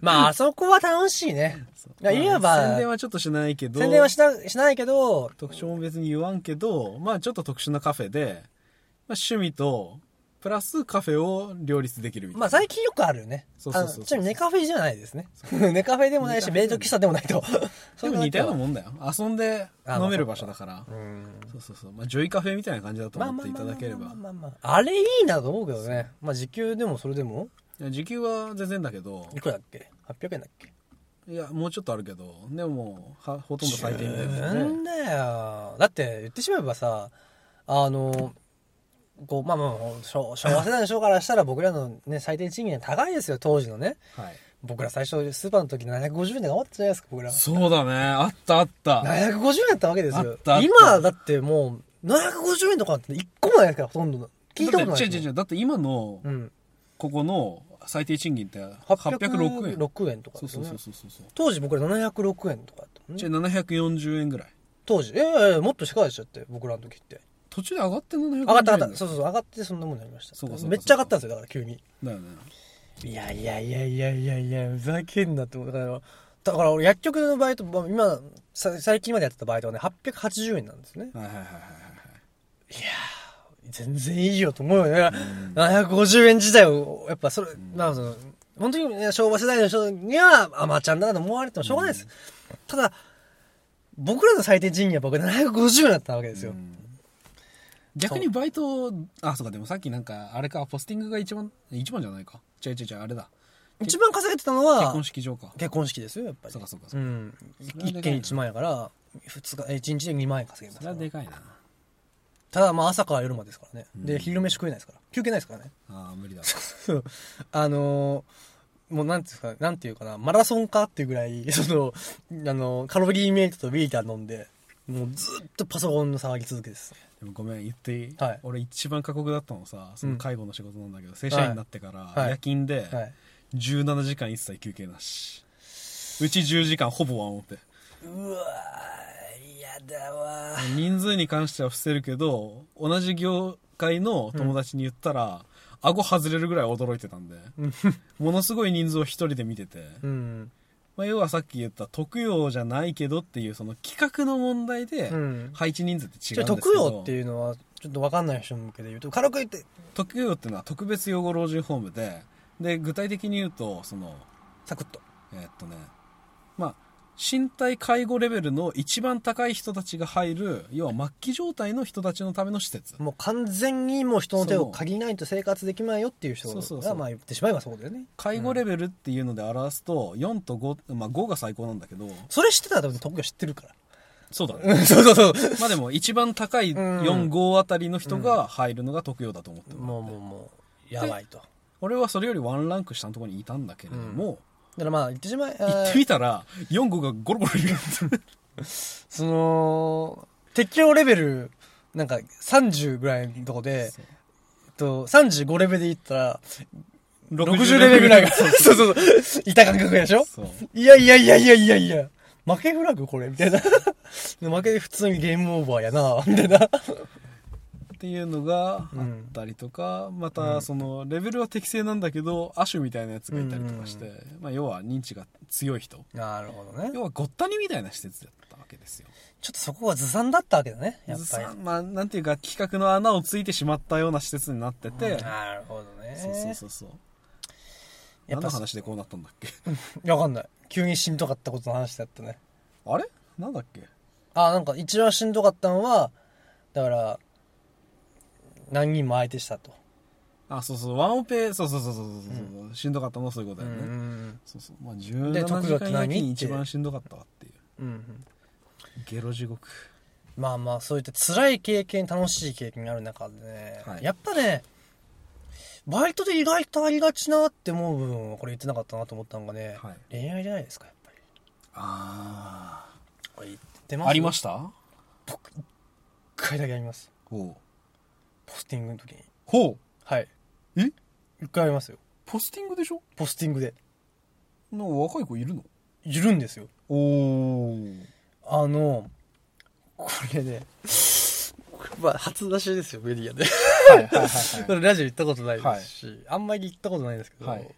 A: まあ、あそこは楽しいね。いやいわば
B: まあ宣伝はちょっとしないけど
A: 宣伝はしなしないけど、
B: 特徴も別に言わんけどまあちょっと特殊なカフェで、まあ、趣味とプラスカフェを両立できるみたいな
A: まあ最近よくあるよね。
B: そうそうそうそう
A: あのちなみにネカフェじゃないですね。ネカフェでもないし、メイド喫茶でもないと。
B: でも似たようなもんだよ遊んで
A: あ
B: 飲める
A: ま
B: 場
A: あそ
B: 所
A: っ
B: だから
A: うん。
B: そうそうそうまあジョイカフェみたいな感じだと
A: まあ
B: 思
A: まあ
B: ってい
A: まあま
B: ただ
A: あ
B: ければ
A: まあまあまあ。あれいいなと思うけどね。まあ時給でもそれでも、
B: いや時給は全然だけど
A: いくらだっけ ?800 円だっけ
B: いやもうちょっとあるけどでももうはほとんど最低みたいな
A: なんだよ。だって言ってしまえばさ、あの、こう、まあまあ、昭昭和世代の人からしたら僕らのね、最低賃金は高いですよ、当時のね。
B: はい
A: 僕ら最初スーパーの時750円で頑張ったじゃないですか、僕ら。
B: そうだねあったあった
A: 750円だったわけです
B: あ
A: よ
B: っ。たあった
A: 今だってもう、750円とかって一個もないですから、ほとんどの。聞いたことない
B: だ
A: で
B: って違う
A: す
B: 違う違
A: よ。
B: うだって今の
A: うん。
B: ここの最低賃金って806
A: 806
B: 円
A: 円。6円とかで
B: そう
A: すよ
B: そう
A: ね、
B: そうそうそう
A: 当時僕ら706円とかだったもん
B: じ
A: ね
B: ゃあ740円ぐらい
A: 当時。ええもっとしかでしちゃって、僕らの時って。
B: 途中で上がって740円
A: 上がった上がった。
B: そ
A: そううそうそう、上がってそんなもんになりました。
B: そうかそうか
A: めっちゃ上がったんですよ、だから急に。
B: だよね
A: いやいやいやいやいやいや、ふざけんなって思ったから、だから俺薬局のバイト、まあ今、さ最近までやってたバイトはね、880円なんですね。
B: はいはいはいはいはい
A: 全然いいよと思うよね。750円時代を、やっぱそれ、まあその、本当にね昭和世代の人には、アマちゃんだなと思われてもしょうがないです。ただ、僕らの最低賃金は僕750円だったわけですよ。
B: 逆にバイトあそうかでもさっきなんかあれかポスティングが一番一番じゃないか違う違う違うあれだ
A: 一番稼げてたのは、
B: 結婚式場か
A: 結婚式ですよ、やっぱり。
B: そうかそうか
A: う。
B: そうんそれはでかい
A: 一
B: な
A: 件1万円やから、二日、え一日で2万円稼げま
B: それは
A: す
B: で。かいな
A: ただ、まあ朝から夜までですからね。で、昼飯食えないですから。休憩ないですからね。
B: ああ無 理だ
A: そう あのーもうなんていうんですか、なんていうかな、マラソンかっていうぐらい、 その、あの、カロリーメイトとビーター飲んで、もうずっとパソコンの騒ぎ続けですね。
B: でもごめん言っていい、
A: はい
B: 俺一番過酷だったのさそ
A: うん
B: の介護の仕事なんだけど、正社員になってから、
A: はい
B: 夜勤で
A: はい。
B: 17時間一切休憩なしうち10時間ほぼワンオペ
A: うわー、嫌だわ
B: 人数に関しては伏せるけど同じ業界の友達に言ったら、顎外れるぐらい驚いてたんでものすごい人数を一人で見てて、
A: うん。
B: まあ、要はさっき言った特養じゃないけどっていうその企画の問題で
A: うん
B: 配置人数って違
A: じゃ
B: うん
A: あ、
B: ですけ
A: 特
B: ど、
A: 養っていうのは、ちょっとわかんない人向けで言うと、軽く言って、
B: 特養っていうのは特別養護老人ホームでで具体的に言うとその
A: サクッと。
B: えーっとねまあ身体介護レベルの一番高い人たちが入る要は末期状態の人たちのための施設
A: もう完全にもう人の手を借りないと生活できないよっていう人
B: そうそう
A: が、
B: そう
A: まあ言ってしまえばそうだよね。
B: 介護レベルっていうので表すと4と5、まあ、5が最高なんだけど
A: それ知ってたら多分特許知ってるから。
B: そうだ ね
A: そうそうそう。
B: まあでも一番高い
A: うん
B: 45あたりの人が入るのが特養だと思って
A: もう
B: もらって
A: もうもう、やばいと。
B: 俺はそれよりワンランク下のところにいたんだけれども、
A: だからまあ言ってしまえ、あー
B: 行ってみたら45がゴロゴロいる
A: その、適用レベル、なんか30ぐらいのとこで、えっと、35レベルで言ったら、60レベルぐらいが、 そうそうそう、いた感覚でしょ
B: そう
A: いやいやいやいやいやいや、負けフラグこれみたいな。 負けで普通にゲームオーバーやな、みたいな。
B: っていうのがあったりとか、またそのレベルは適正なんだけど亜種みたいなやつがいたりとかして、まあ、要は認知が強い人
A: なるほどね。
B: 要はごったにみたいな施設だったわけですよ
A: ちょっとそこはずさんだったわけだね、やっ
B: ず
A: ぱり
B: さ。まあなんていうか企画の穴をついてしまったような施設になってて、
A: なるほどね。
B: そうそうそうそう
A: やっ
B: 何
A: ぱ
B: の話でこうなったんだっけ
A: いやわかんない。急にしんどかったことの話だったね。
B: あれなんだっけ
A: あ、なんか一番しんどかったのは、だから、何人も相手したと。
B: あそうそうワンオペそうそうそうそうそうそう、しんどかったのはそういうことだよね、
A: ん。
B: そうそうまあ
A: で
B: 17
A: 特
B: 時
A: 技って
B: 間
A: 何
B: 夜勤
A: って
B: 一番しんどかったわっていう
A: うん。
B: ゲロ地獄
A: まあまあ、そういった辛い経験、楽しい経験がある中でね、
B: はい
A: やっぱね、バイトで意外とありがちなって思う部分はこれ言ってなかったなと思ったのがね、
B: はい
A: 恋愛じゃないですか、やっぱり。
B: あ
A: これ言ってます
B: あありま
A: し
B: した
A: た。僕、一回だけあります。
B: ほう
A: ポスティングの時に。
B: ほ
A: はい。
B: うえ
A: 一回ありますよ。
B: ポスティングでしょ
A: ポスティングで。
B: なんか若い子いるの
A: いるんですよ。
B: おお
A: あの、これね、 まあ、初出しですよ、メディアで。
B: はいはいはいはい
A: ラジオ行ったことないですし、あんまり行ったことないんですけど、
B: はい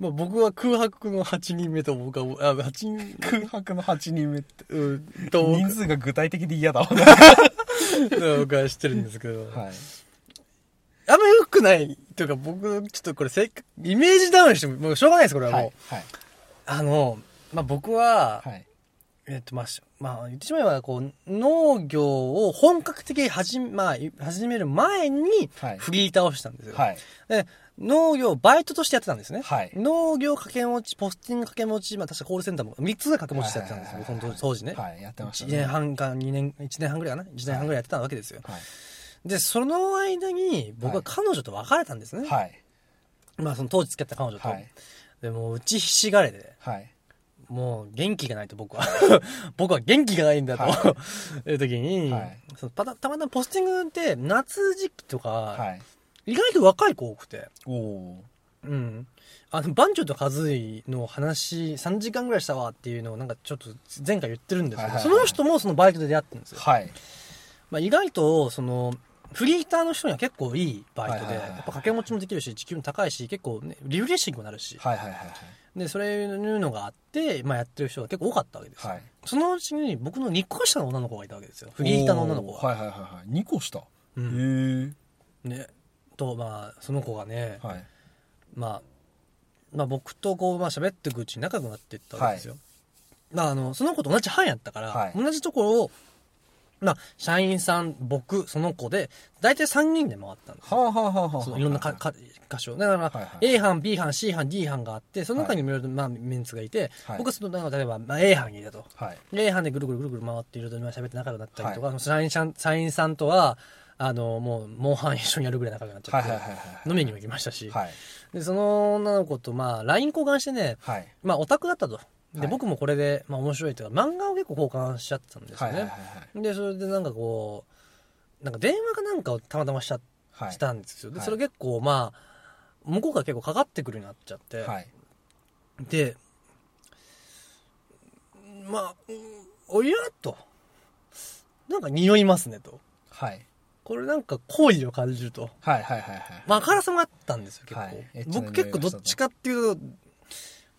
A: まあ、僕は空白の8人目と僕は、あ、8人、
B: 空白の8人目って
A: うん、と僕
B: 人数が具体的で嫌だわは
A: 僕は知ってるんですけど、
B: い
A: あんま良くない、というか僕、ちょっとこれ性格、イメージダウンしても、もうしょうがないです、これはもう。
B: はいはい
A: あの、まあ、僕は、
B: はい
A: えっと、まあ、しまあ、言ってしまえば、こう、農業を本格的に始め、まあ、い始める前に
B: はい、
A: フリーターをしたんですよ。
B: はい
A: で、農業をバイトとしてやってたんですね。
B: はい
A: 農業掛け持ち、ポスティング掛け持ち、まあ、確かコールセンターも3つぐらい掛け持ちしてやってたんですよ、
B: はい
A: 僕の当当時ね。
B: はいやってました
A: 1
B: ね
A: 年半か2年、1年半ぐらいかな ?1 年半ぐらいやってたわけですよ。
B: はい
A: で、その間に、僕は彼女と別れたんですね。
B: はい
A: まあ、その当時付き合った彼女と。
B: はい
A: で、もう、打ちひしがれで。
B: はい
A: もう元気がないと僕は 僕は元気がないんだと、、
B: はい
A: う時に、
B: はい
A: そのたたまたまポスティングって夏時期とか、
B: はい
A: 意外と若い子多くて、
B: おお
A: うん、あの番長と和井の話3時間ぐらいしたわっていうのをなんかちょっと前回言ってるんですけど、
B: はいはいはい
A: その人もそのバイトで出会ってるんですよ、
B: はい
A: まあ、意外とそのフリーターの人には結構いいバイトで、
B: はいはいはいは
A: やっ
B: い
A: ぱ掛け持ちもできるし時給も高いし結構ねリフレッシングになるし、
B: はいはいはいはい
A: でそういうのがあって、まあ、やってる人が結構多かったわけですよ、
B: はい
A: そのうちに僕の2個下の女の子がいたわけですよ。フリーターの女の子が。
B: おーはいはいはいはい2個下
A: う
B: へ
A: ん
B: え
A: ね、とまあその子がね、
B: はい
A: まあ、まあ僕とこうまあ喋っていくうちに仲良くなっていったわけですよ、まああのその子と同じ班やったから、
B: はい
A: 同じところをまあ社員さん僕その子で大体3人で回ったんです
B: はあはあはあは
A: そ
B: あ
A: のいろんなかか箇所だから、
B: いはい
A: A 班 B 班 C 班 D 班があってその中にもいろいろまあメンツがいて、
B: はい
A: 僕はその中で例えば、まあ、A 班にいたと
B: はい
A: A 班でぐるぐるぐるぐる回っていろいろ今喋って仲良くなったりとか、社員さん社員さんとはあのもうモンハン一緒にやるぐらい仲良くなっちゃ
B: はい
A: って、
B: はいはいはい
A: 飲みにも行きましたし、
B: はい
A: でその女の子とまあ LINE 交換してね
B: はい
A: まあオタクだったとで、
B: はい
A: 僕もこれで、まあ、面白いというか漫画を結構交換しちゃってたんです
B: は
A: よ
B: い
A: ね、
B: はいはい
A: でそれでなんかこうなんか電話かなんかをたまたましちゃっ
B: はい
A: したんですよ、で
B: はい
A: それ結構まあ向こうが結構かかってくるようになっちゃって、
B: はい
A: でまあうんおやとなんか匂いますねと
B: はい
A: これなんか好意を感じると
B: はいはいはいはい
A: まあ、あからさまだったんですよ、結構。
B: はいエッチな匂
A: 僕
B: いが
A: 結構どっちかっていうと、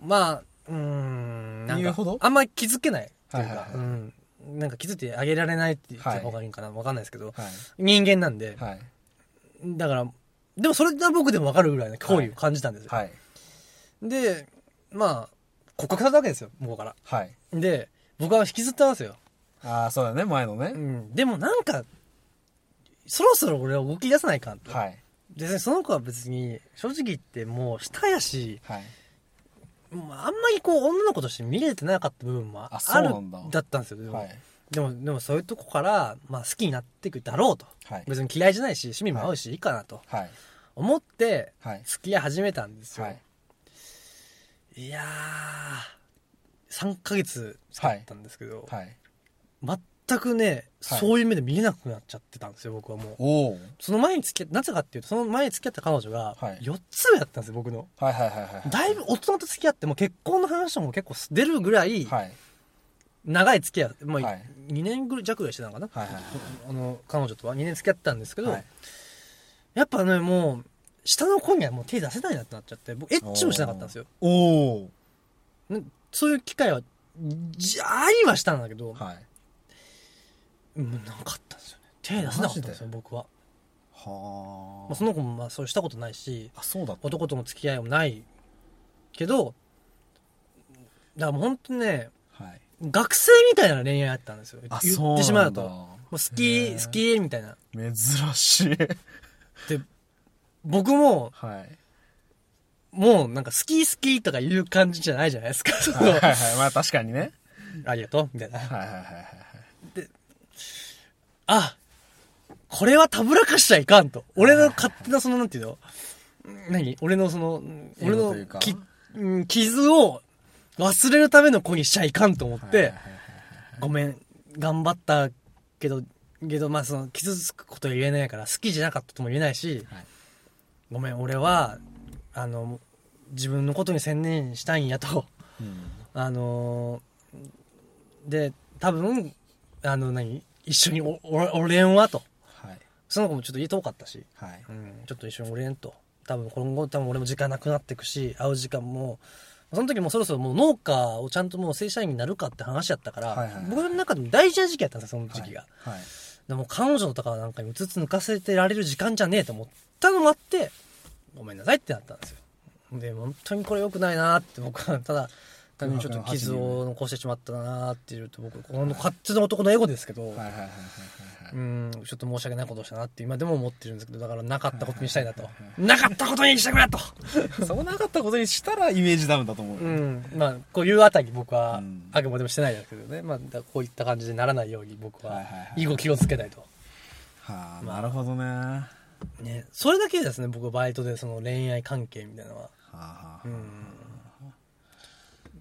A: まあ、うーん、なん
B: 言う
A: か
B: ほど、
A: あんまり気づけないっていう
B: はいは
A: か
B: い、はい
A: うん。なんか気づいてあげられないって言った方がいいんかな、わかんないですけど、
B: はい
A: 人間なんで、
B: はい
A: だから、でもそれは僕でもわかるぐらいの好意を感じたんですよ。
B: はい
A: で、まあ、告白されたわけですよ、向こうから。
B: はい
A: で、僕は引きずったんですよ。
B: ああそうだね前の
A: う
B: ね
A: ん。でもなんか、そろそろ俺は動き出さないかんと。
B: はい
A: 別にその子は別に、正直言ってもう下やし、
B: はい
A: まああんまりこう女の子として見れてなかった部分もあ
B: あ
A: あ
B: そう
A: る
B: なんだ
A: だったんですよでも,、
B: はい
A: でもでもそういうとこから、まあ、好きになっていくだろうと、
B: はい
A: 別に嫌いじゃないし趣味も合うし、い、いかなと
B: はい
A: 思って
B: はい
A: 付き合い始めたんですよ、
B: はい
A: い、やー3ヶ月経ったんですけど、
B: はい
A: 全くね
B: はい
A: そういう目で見れなくなっちゃってたんですよ僕はもう
B: おお
A: その前に付き合ってなぜかっていうとその前に付き合った彼女が
B: はい
A: 4つ上だったんですよ僕の
B: はいはいはいはい
A: だいぶ大人と付き合ってもう結婚の話も結構出るぐらい、
B: はい
A: 長い付き合い、まあ
B: はい
A: 2年ぐらい弱ぐらいしてたのかな、
B: はいはいはい
A: あの彼女とは2年付き合ってたんですけど、
B: はい
A: やっぱねもう下の子にはもう手出せないなってなっちゃって僕エッチもしなかったんですよ
B: おお
A: ねそういう機会はじありはしたんだけど、
B: はい
A: うんなかったんですよね手出せなかったんですよ僕は、
B: は
A: まあ、その子もまあそうしたことないし
B: あそうだった
A: 男との付き合いもないけどだからもう本当ね
B: はい
A: 学生みたいな恋愛あったんですよ言
B: あ
A: っ
B: そう
A: 言っ
B: なんだ
A: てしまうともう好き
B: へー
A: 好きみたいな
B: 珍しい
A: で僕も
B: はい
A: もうなんか好き好きとかいう感じじゃないじゃない ですか。そ
B: はい
A: の
B: はいはいまあ確かにね
A: ありがとうみたいな。
B: はいはいはいはい
A: あこれはたぶらかしちゃいかんと。俺の勝手なその、なんていうの何俺のその、うん
B: エ
A: 俺
B: ゴと
A: の
B: いうか
A: きうん傷を忘れるための子にしちゃいかんと思っ
B: はい
A: て
B: は、
A: ごめん、頑張ったけど、けど、まあその、傷つくことは言えないから、好きじゃなかったとも言えないし、
B: はい
A: ごめん、俺は、あの、自分のことに専念したいんやと。
B: うん
A: あのーで、多分、あの、何一緒にお、お、おれんわと。
B: はい
A: その子もちょっと家遠かったし、
B: はい
A: うん、ちょっと一緒におれんと。多分今後、多分俺も時間なくなってくし、会う時間も、その時もうそろそろもう農家をちゃんともう正社員になるかって話やったから、
B: はいはいはい
A: 僕の中でも大事な時期やったんですよ、その時期が。
B: はいはい
A: でも彼女とかなんかにうつつ抜かせてられる時間じゃねえと思ったのもあって、ごめんなさいってなったんですよ。で、本当にこれ良くないなって僕は、ただ、単にちょっと傷を残してしまったなっていうと、僕、この勝手な男のエゴですけど、
B: はいはいはいはい
A: うん、ちょっと申し訳ないことをしたなって今でも思ってるんですけど、だからなかったことにしたいなと。なかったことにしてくれと
B: はいそうなかったことにしたらイメージダウンだと思う
A: う
B: よ
A: ん、まあ、こういうあたり僕は、
B: うん
A: あくまでもしてないですけどね、まあ、だからこういった感じにならないように僕
B: はい
A: は
B: はいはい、
A: 以後気をつけたいと。
B: はあなるほどねは
A: ね、それだけですね、僕バイトでその恋愛関係みたいなのは。
B: あはあ
A: うん。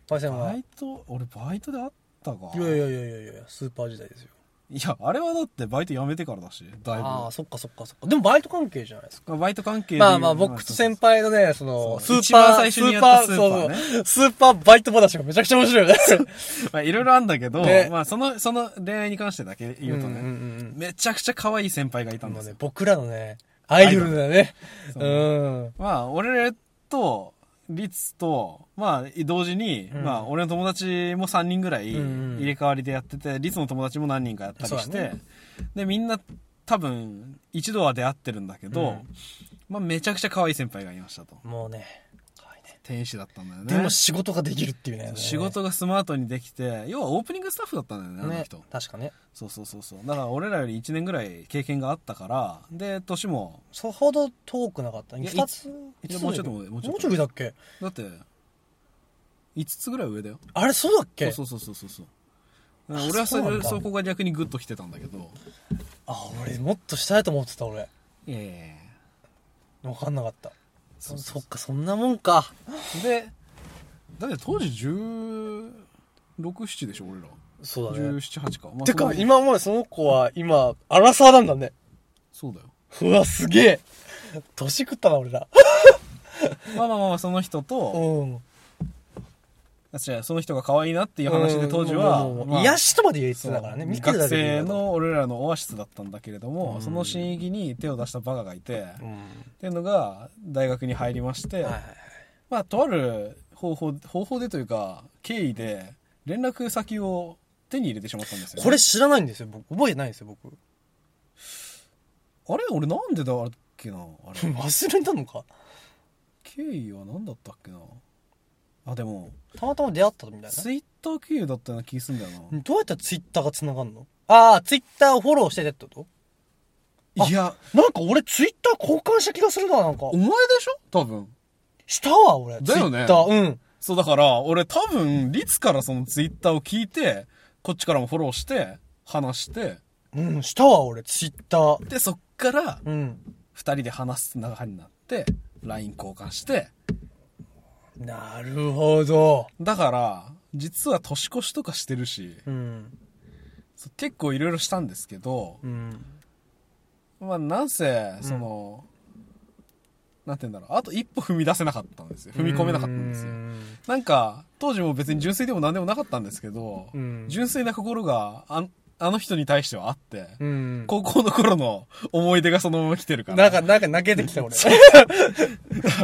A: パイセンは、
B: バ
A: い
B: イト俺バイトであったか
A: やいやいやいやいや、スーパー時代ですよ。
B: いやあれはだってバイト辞めてからだしだいぶ
A: ああ、そっかそっかそっか。でもバイト関係じゃないですか。
B: バイト関係で
A: まあまあ、僕と先輩のね、その、ス
B: そ
A: ーパー、
B: う一番最初にやったスーパーね
A: そうそうスーパーバイト話がめちゃくちゃ面白いよね。
B: まあいろいろあるんだけど、
A: ね
B: まあその、その恋愛に関してだけ言うとね、
A: うんうんうん
B: めちゃくちゃ可愛い先輩がいたん
A: も
B: で
A: う
B: す
A: ね
B: よ。、
A: 僕らのね、アイドルだね。
B: そう
A: うん。
B: まあ俺と、リツと、まあ同時に、
A: ん
B: まあ俺の友達も3人ぐらい
A: うんうん
B: 入れ替わりでやってて、リツの友達も何人かやったり
A: そう
B: して、
A: だね
B: でみんな多分一度は出会ってるんだけど、
A: うん
B: まあ、めちゃくちゃ可愛い先輩がいましたと
A: もうね可愛いね
B: 天使だったんだよね
A: でも仕事ができるっていうね
B: 仕事がスマートにできて要はオープニングスタッフだったんだよねあの
A: ね
B: 人、
A: 確かね
B: そうそうそうそうだから俺らより1年ぐらい経験があったからで年も
A: そほど遠くなかった
B: いや
A: 2つ
B: いや
A: つ
B: もうちょっともう
A: もう
B: ち
A: ち
B: ょっと
A: ょい上だっけ
B: だって5つぐらい上だよ
A: あれそうだっけ
B: そうそうそうそうそうだから俺はそ
A: そうな
B: れ
A: んだ
B: そこが逆にグッときてたんだけど
A: あ俺もっとしたいと思ってた俺
B: いやいやいや
A: 分かんなかった
B: そう
A: そ
B: そ
A: っかそんなもんか
B: でだって当時1617でしょ俺ら
A: そうだね
B: 1718か、まあ
A: てか
B: その
A: 今までその子は今アラサーなんだね
B: そうだよ
A: うわすげえ年食ったな俺ら
B: まあまあまあその人と
A: うん
B: あ違うその人が可愛いなっていう話で当時は、
A: うんもう
B: まあ
A: 癒しとまで言えて
B: そう
A: たからね見てる
B: 学
A: だけで
B: 生
A: いいなと
B: の俺らのオアシスだったんだけれども、
A: うん
B: その新域に手を出したバカがい
A: う
B: て、っ
A: ん
B: ていうのが大学に入りまして、
A: はいはい
B: まあとある方法方法でというか経緯で連絡先を手に入れてしまったんですよね、
A: これ知らないんですよ僕覚えてないんですよ僕
B: あれ俺なんでだっけなあれ
A: 忘れたのか
B: 経緯は何だったっけなあでも
A: たまたま出会ったみたい
B: ツイッター経由だったような気がするんだよ
A: などうやったらツイッターが繋がんのああツイッターをフォローしててってこと
B: な、いや
A: なんか俺ツイッター交換した気がするななんか
B: お前でしょ多分
A: したわ俺
B: だよね
A: ツイッターうん
B: そうだから、俺多分、リツからそのツイッターを聞いて、こっちからもフォローして、話して、
A: うん、したわ、俺、ツイッター。
B: で、そっから、
A: うん。
B: 二人で話す流れになって、LINE 交換して、
A: なるほど。
B: だから、実は年越しとかしてるし、
A: うん。
B: そう結構いろいろしたんですけど、
A: うん。
B: まあ、なんせ、その、なんて言うんだろう、あと一歩踏み出せなかったんですよ。踏み込めなかったんですよ。なんか、当時も別に純粋でも何でもなかったんですけど、
A: うん
B: 純粋な心があん、あの人に対してはあって、
A: うん。
B: 高校の頃の思い出がそのまま来てるから。
A: なんか、なんか泣けてきた、俺。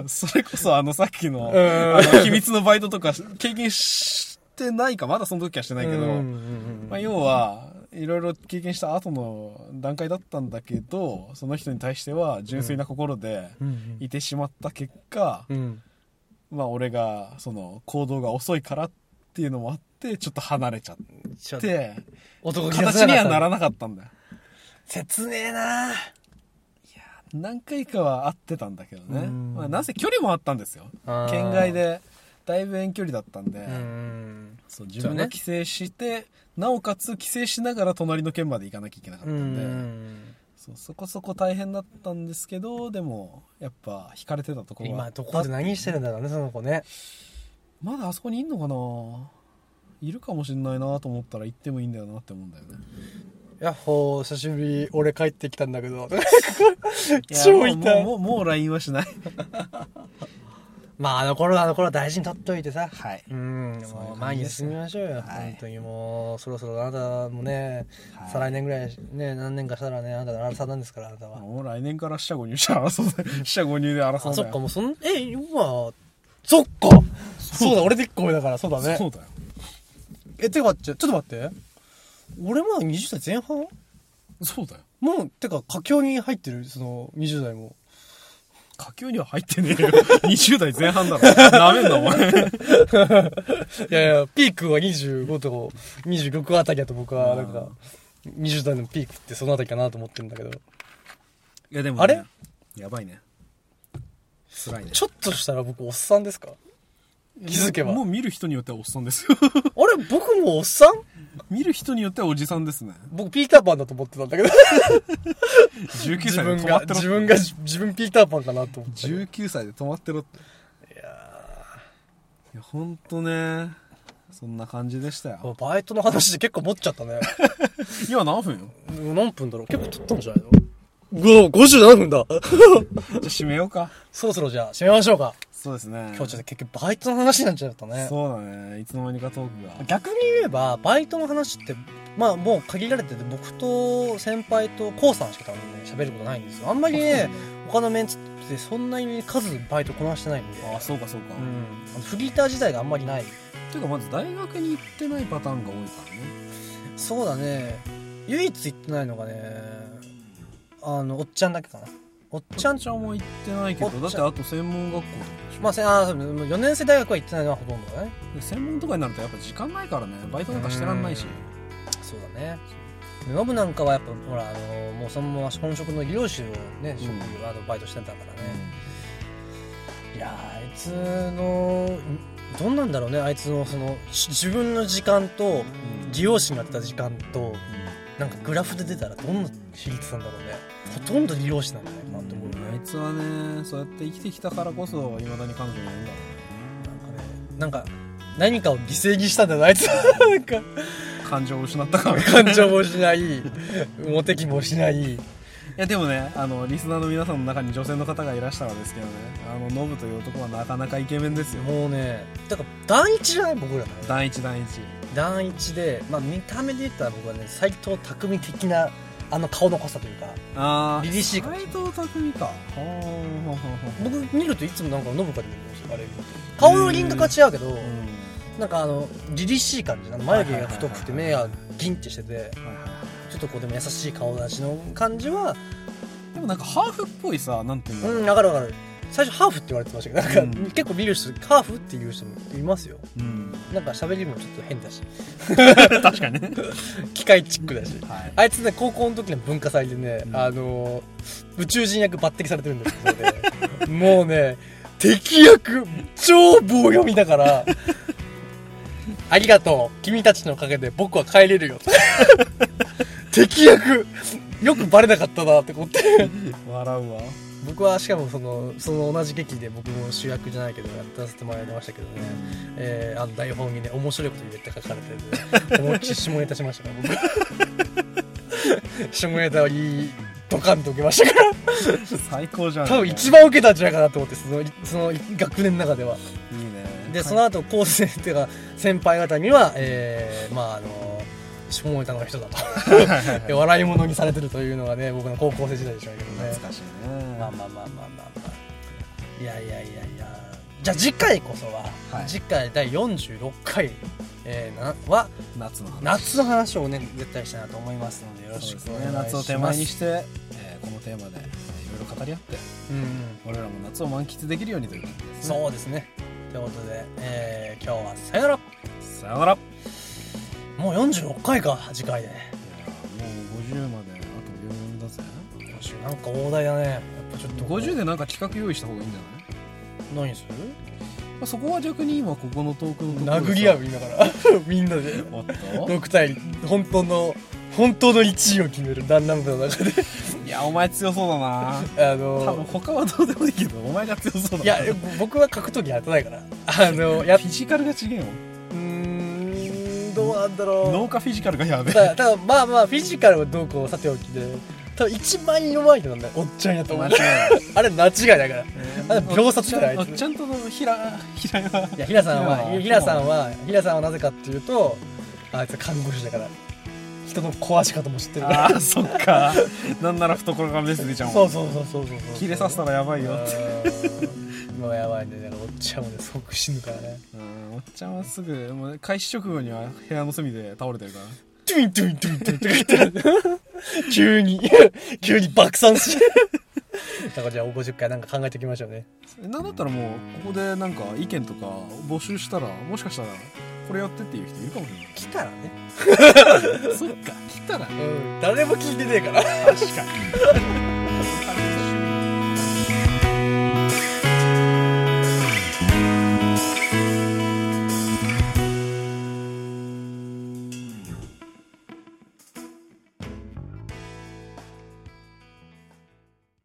B: それこそあのさっき
A: ん
B: の、あの秘密のバイトとか経験してないか、まだその時はしてないけど、
A: うんうん
B: まあ要は、いろいろ経験した後の段階だったんだけど、その人に対しては純粋な心で
A: うん
B: いてしまった結果、
A: うん。
B: まあ俺が、その行動が遅いからっていうのもあって、ちょっと離れちゃっ
A: ちょっと、
B: て、
A: 男気が
B: 形にはなら
A: ん。
B: なかったんだよ。
A: 切ねえな
B: 何回かは会ってたんだけどね、
A: うん
B: まあ、なんせ距離もあったんですよ
A: あー
B: 県外でだいぶ遠距離だったんで、
A: うん。
B: そう自分
A: そう
B: が
A: ね
B: 帰省して、なおかつ帰省しながら隣の県まで行かなきゃいけなかった
A: うん
B: で、
A: ん。
B: そうそこそこ大変だったんですけどでもやっぱ惹かれてたところが
A: 今、どこで何してるんだろうね、その子ね。
B: まだあそこにいんのかないるかもしんないなと思ったら行ってもいいんだよなって思うんだよね
A: やっほー、久しぶり、俺帰ってきたんだけ ど。
B: や
A: 超痛い
B: も。うもうもう LINE はしない
A: まあ、あの頃はあの頃は大事に取っといてさ。
B: はい、
A: うん、
B: そういう
A: もう
B: 感
A: 前
B: じで
A: に
B: す
A: 進
B: ね
A: みましょうよ、
B: はい
A: 本当にもうそろそろあなたもね、
B: はい
A: 再来年ぐらいね何年かしたらねあなたのアラサーなんですからあなたは、
B: もう来年から死者5入者争うだよ死者5入で争うんだよ
A: あそっかもうそんえ今そっかそうだ俺で1個上だからそうだね
B: そうだよ
A: えてか待ってちょっと待って俺まだ20代前半
B: そうだよ
A: もうてか佳境に入ってるその20代も
B: 下級には入ってねえよ20代前半だろなめんなお前
A: いやいやピークは25と26あたりだと僕はなんか20代のピークってそのあたりかなと思ってるんだけど
B: いやでも、
A: あれ
B: やばいね辛いね
A: ちょっとしたら僕おっさんですか気づけば
B: もう見る人によってはおっさんです よ
A: あれ僕もおっさん
B: 見る人によってはおじさんですね
A: 僕ピーターパンだと思ってたんだけど
B: 19
A: 自
B: 歳で
A: 分
B: 止ま
A: が
B: ってろ
A: 自分が自分ピーターパンかなと思って
B: 19歳で止まってろっていやいやほんとねそんな感じでしたよ
A: バイトの話で結構持っちゃったね
B: 今何分よ
A: 何分だろう結構取ったんじゃないのうわ57分だ
B: じゃあ締めようか
A: そろそろじゃあ締めましょうか
B: そうですね
A: 今日ちょっと結局バイトの話になっちゃったね
B: そうだねいつの間にかトークが
A: 逆に言えばバイトの話ってまあもう限られてて僕と先輩と k o さんしか多分ね喋ることないんですよあんまりね他のメンツってそんなに数バイトこなしてないんで
B: あそうかそうか、
A: うんあのフリーター自体があんまりない
B: ていうかまず大学に行ってないパターンが多いからね
A: そうだね唯一行ってないのがねあのおっちゃんだけかなおっちゃん
B: ちゃんは行ってないけ
A: おっちゃん
B: どだってあと専門学校とかでしょ、
A: まあせあ4年生大学は行ってないのはほとんどだね
B: で専門とかになるとやっぱ時間ないからねバイトなんかしてらんないし
A: そうだねでノブなんかはやっぱほらあのもうそのまま本職の医療士をね職
B: うん
A: あのバイトしてたからね、いやーあいつのんどんなんだろうねあいつのそのし自分の時間と
B: うん
A: 利用士になってた時間となんかグラフで出たらどんな比率なんだろうねほとんど利用士なんだね今のところね
B: あいつはねそうやって生きてきたからこそいまだに彼女がいるんだ
A: なんかねなんか何かを犠牲にしたんだよねあいつ なんか
B: 感情を失ったから い
A: 感情もしないモテ気もしない
B: やでもねあのリスナーの皆さんの中に女性の方がいらしたらですけどねあのノブという男はなかなかイケメンですよ
A: もうねだから団一じゃない僕らね
B: 第一第一
A: 団一で、まあ、見た目で言ったら僕はね斎藤匠的なあの顔の濃さというか
B: ああ
A: 凛々しいかもし
B: 斎藤匠かほーほーほーほー
A: 僕見るといつもなんかノブから見るんですよあれ見ると顔の輪郭は違うけど、
B: うん
A: なんかあの凛々しい感じあの眉毛が太くて
B: はい
A: 目
B: はいはい
A: がギンってしてて
B: はいはいはい
A: ちょっとこうでも優しい顔立ちの感じは
B: でもなんかハーフっぽいさなんていうんだろ
A: う
B: うん
A: 分かる分かる最初ハーフって言われてましたけどなんか、
B: うん
A: 結構見る人ハーフっていう人もいますよ
B: うん、
A: なんか喋りもちょっと変だし
B: 確かにね、
A: 機械チックだし
B: はい、
A: あいつね高校の時の文化祭でね、
B: うん
A: あのー宇宙人役抜擢されてるんです けどねもうね敵役超棒読みだから ありがとう君たちのおかげで僕は帰れる よ敵役よくバレなかったなって思って
B: 笑 うわ
A: 僕はしかもそのその同じ劇で僕も主役じゃないけどやらせてもらいましたけどね、えーあの台本にね面白いこと言って書かれて て、ね、思いっきり下ネタしましたから僕下ネタをいいドカンと受けましたから
B: 最高じゃん
A: 多分一番受けたんじゃないかなと思ってそのその学年の中ではい
B: いね
A: でその後高専っていうか先輩方には、えーまああの下ネタの人だと
B: はいはいはいはい
A: で笑い物にされてるというのがね僕の高校生時代でしたけどね
B: 懐かしいね
A: まあまあまあまあまあまあいやいやいやいやじゃあ次回こそは、
B: はい
A: 次回第46回、えーなは
B: 夏の話
A: 夏の話をね絶対したいなと思いますのでよろしくお願いします
B: 夏を手前にして、えーこのテーマで、えーいろいろ語り合って
A: うんうん、
B: 俺らも夏を満喫できるようにという感じです、ね、
A: そうですねということで、えー今日はさよなら
B: さよならい
A: もう46回か次回で
B: やーもう50まであと4だぜ
A: 今週なんか大台だねやっぱちょっと
B: 50でなんか企画用意した方がいいんじゃない、
A: 何す
B: まあ、そこは逆に今ここのトークの
A: る
B: ところ
A: 殴
B: でさ
A: り合う今から みんなで
B: おっと
A: 6対本当の本当の1位を決めるランナン部の中で
B: いやお前強そうだな
A: あ
B: 多
A: の
B: 分他はどうでもいいけどお前が強そうだない
A: や僕は格闘技やってないからあの やっ
B: フィジカルが違えよ
A: うーんどうなんだ
B: 脳
A: ろ
B: 化フィジカルがや
A: う
B: べえ
A: ただただまあまあフィジカルはどうこうさておきで多分一番弱いのなんだよおっちゃんやと思
B: 間
A: う
B: 違いない
A: あれ間違いだからあれ秒殺だよあいつ
B: おっちゃんとの平平が
A: いや平さんは
B: 平
A: 平さんは平さんはなぜかっていうとあいつ看護師だから人の壊し方も知ってるから
B: あーそっかなんなら懐がメス出ちゃう
A: そ
B: も
A: うんそうそうそうそう
B: 切れさせたらやばいよって
A: うんもうやばいねだからおっちゃんもね即死ぬからね
B: うんおっちゃんはすぐもう開始直後には部屋の隅で倒れてるから
A: トゥイントゥイントゥイントゥインって言って急に、急に爆散し。だからじゃあ50回なんか考えていきましょうね。
B: なんだったらもうここでなんか意見とか募集したらもしかしたらこれやってっていう人いるかもしれ
A: 来たらね。
B: ないそっか来たら
A: うん。誰も聞いてねえから。
B: 確かに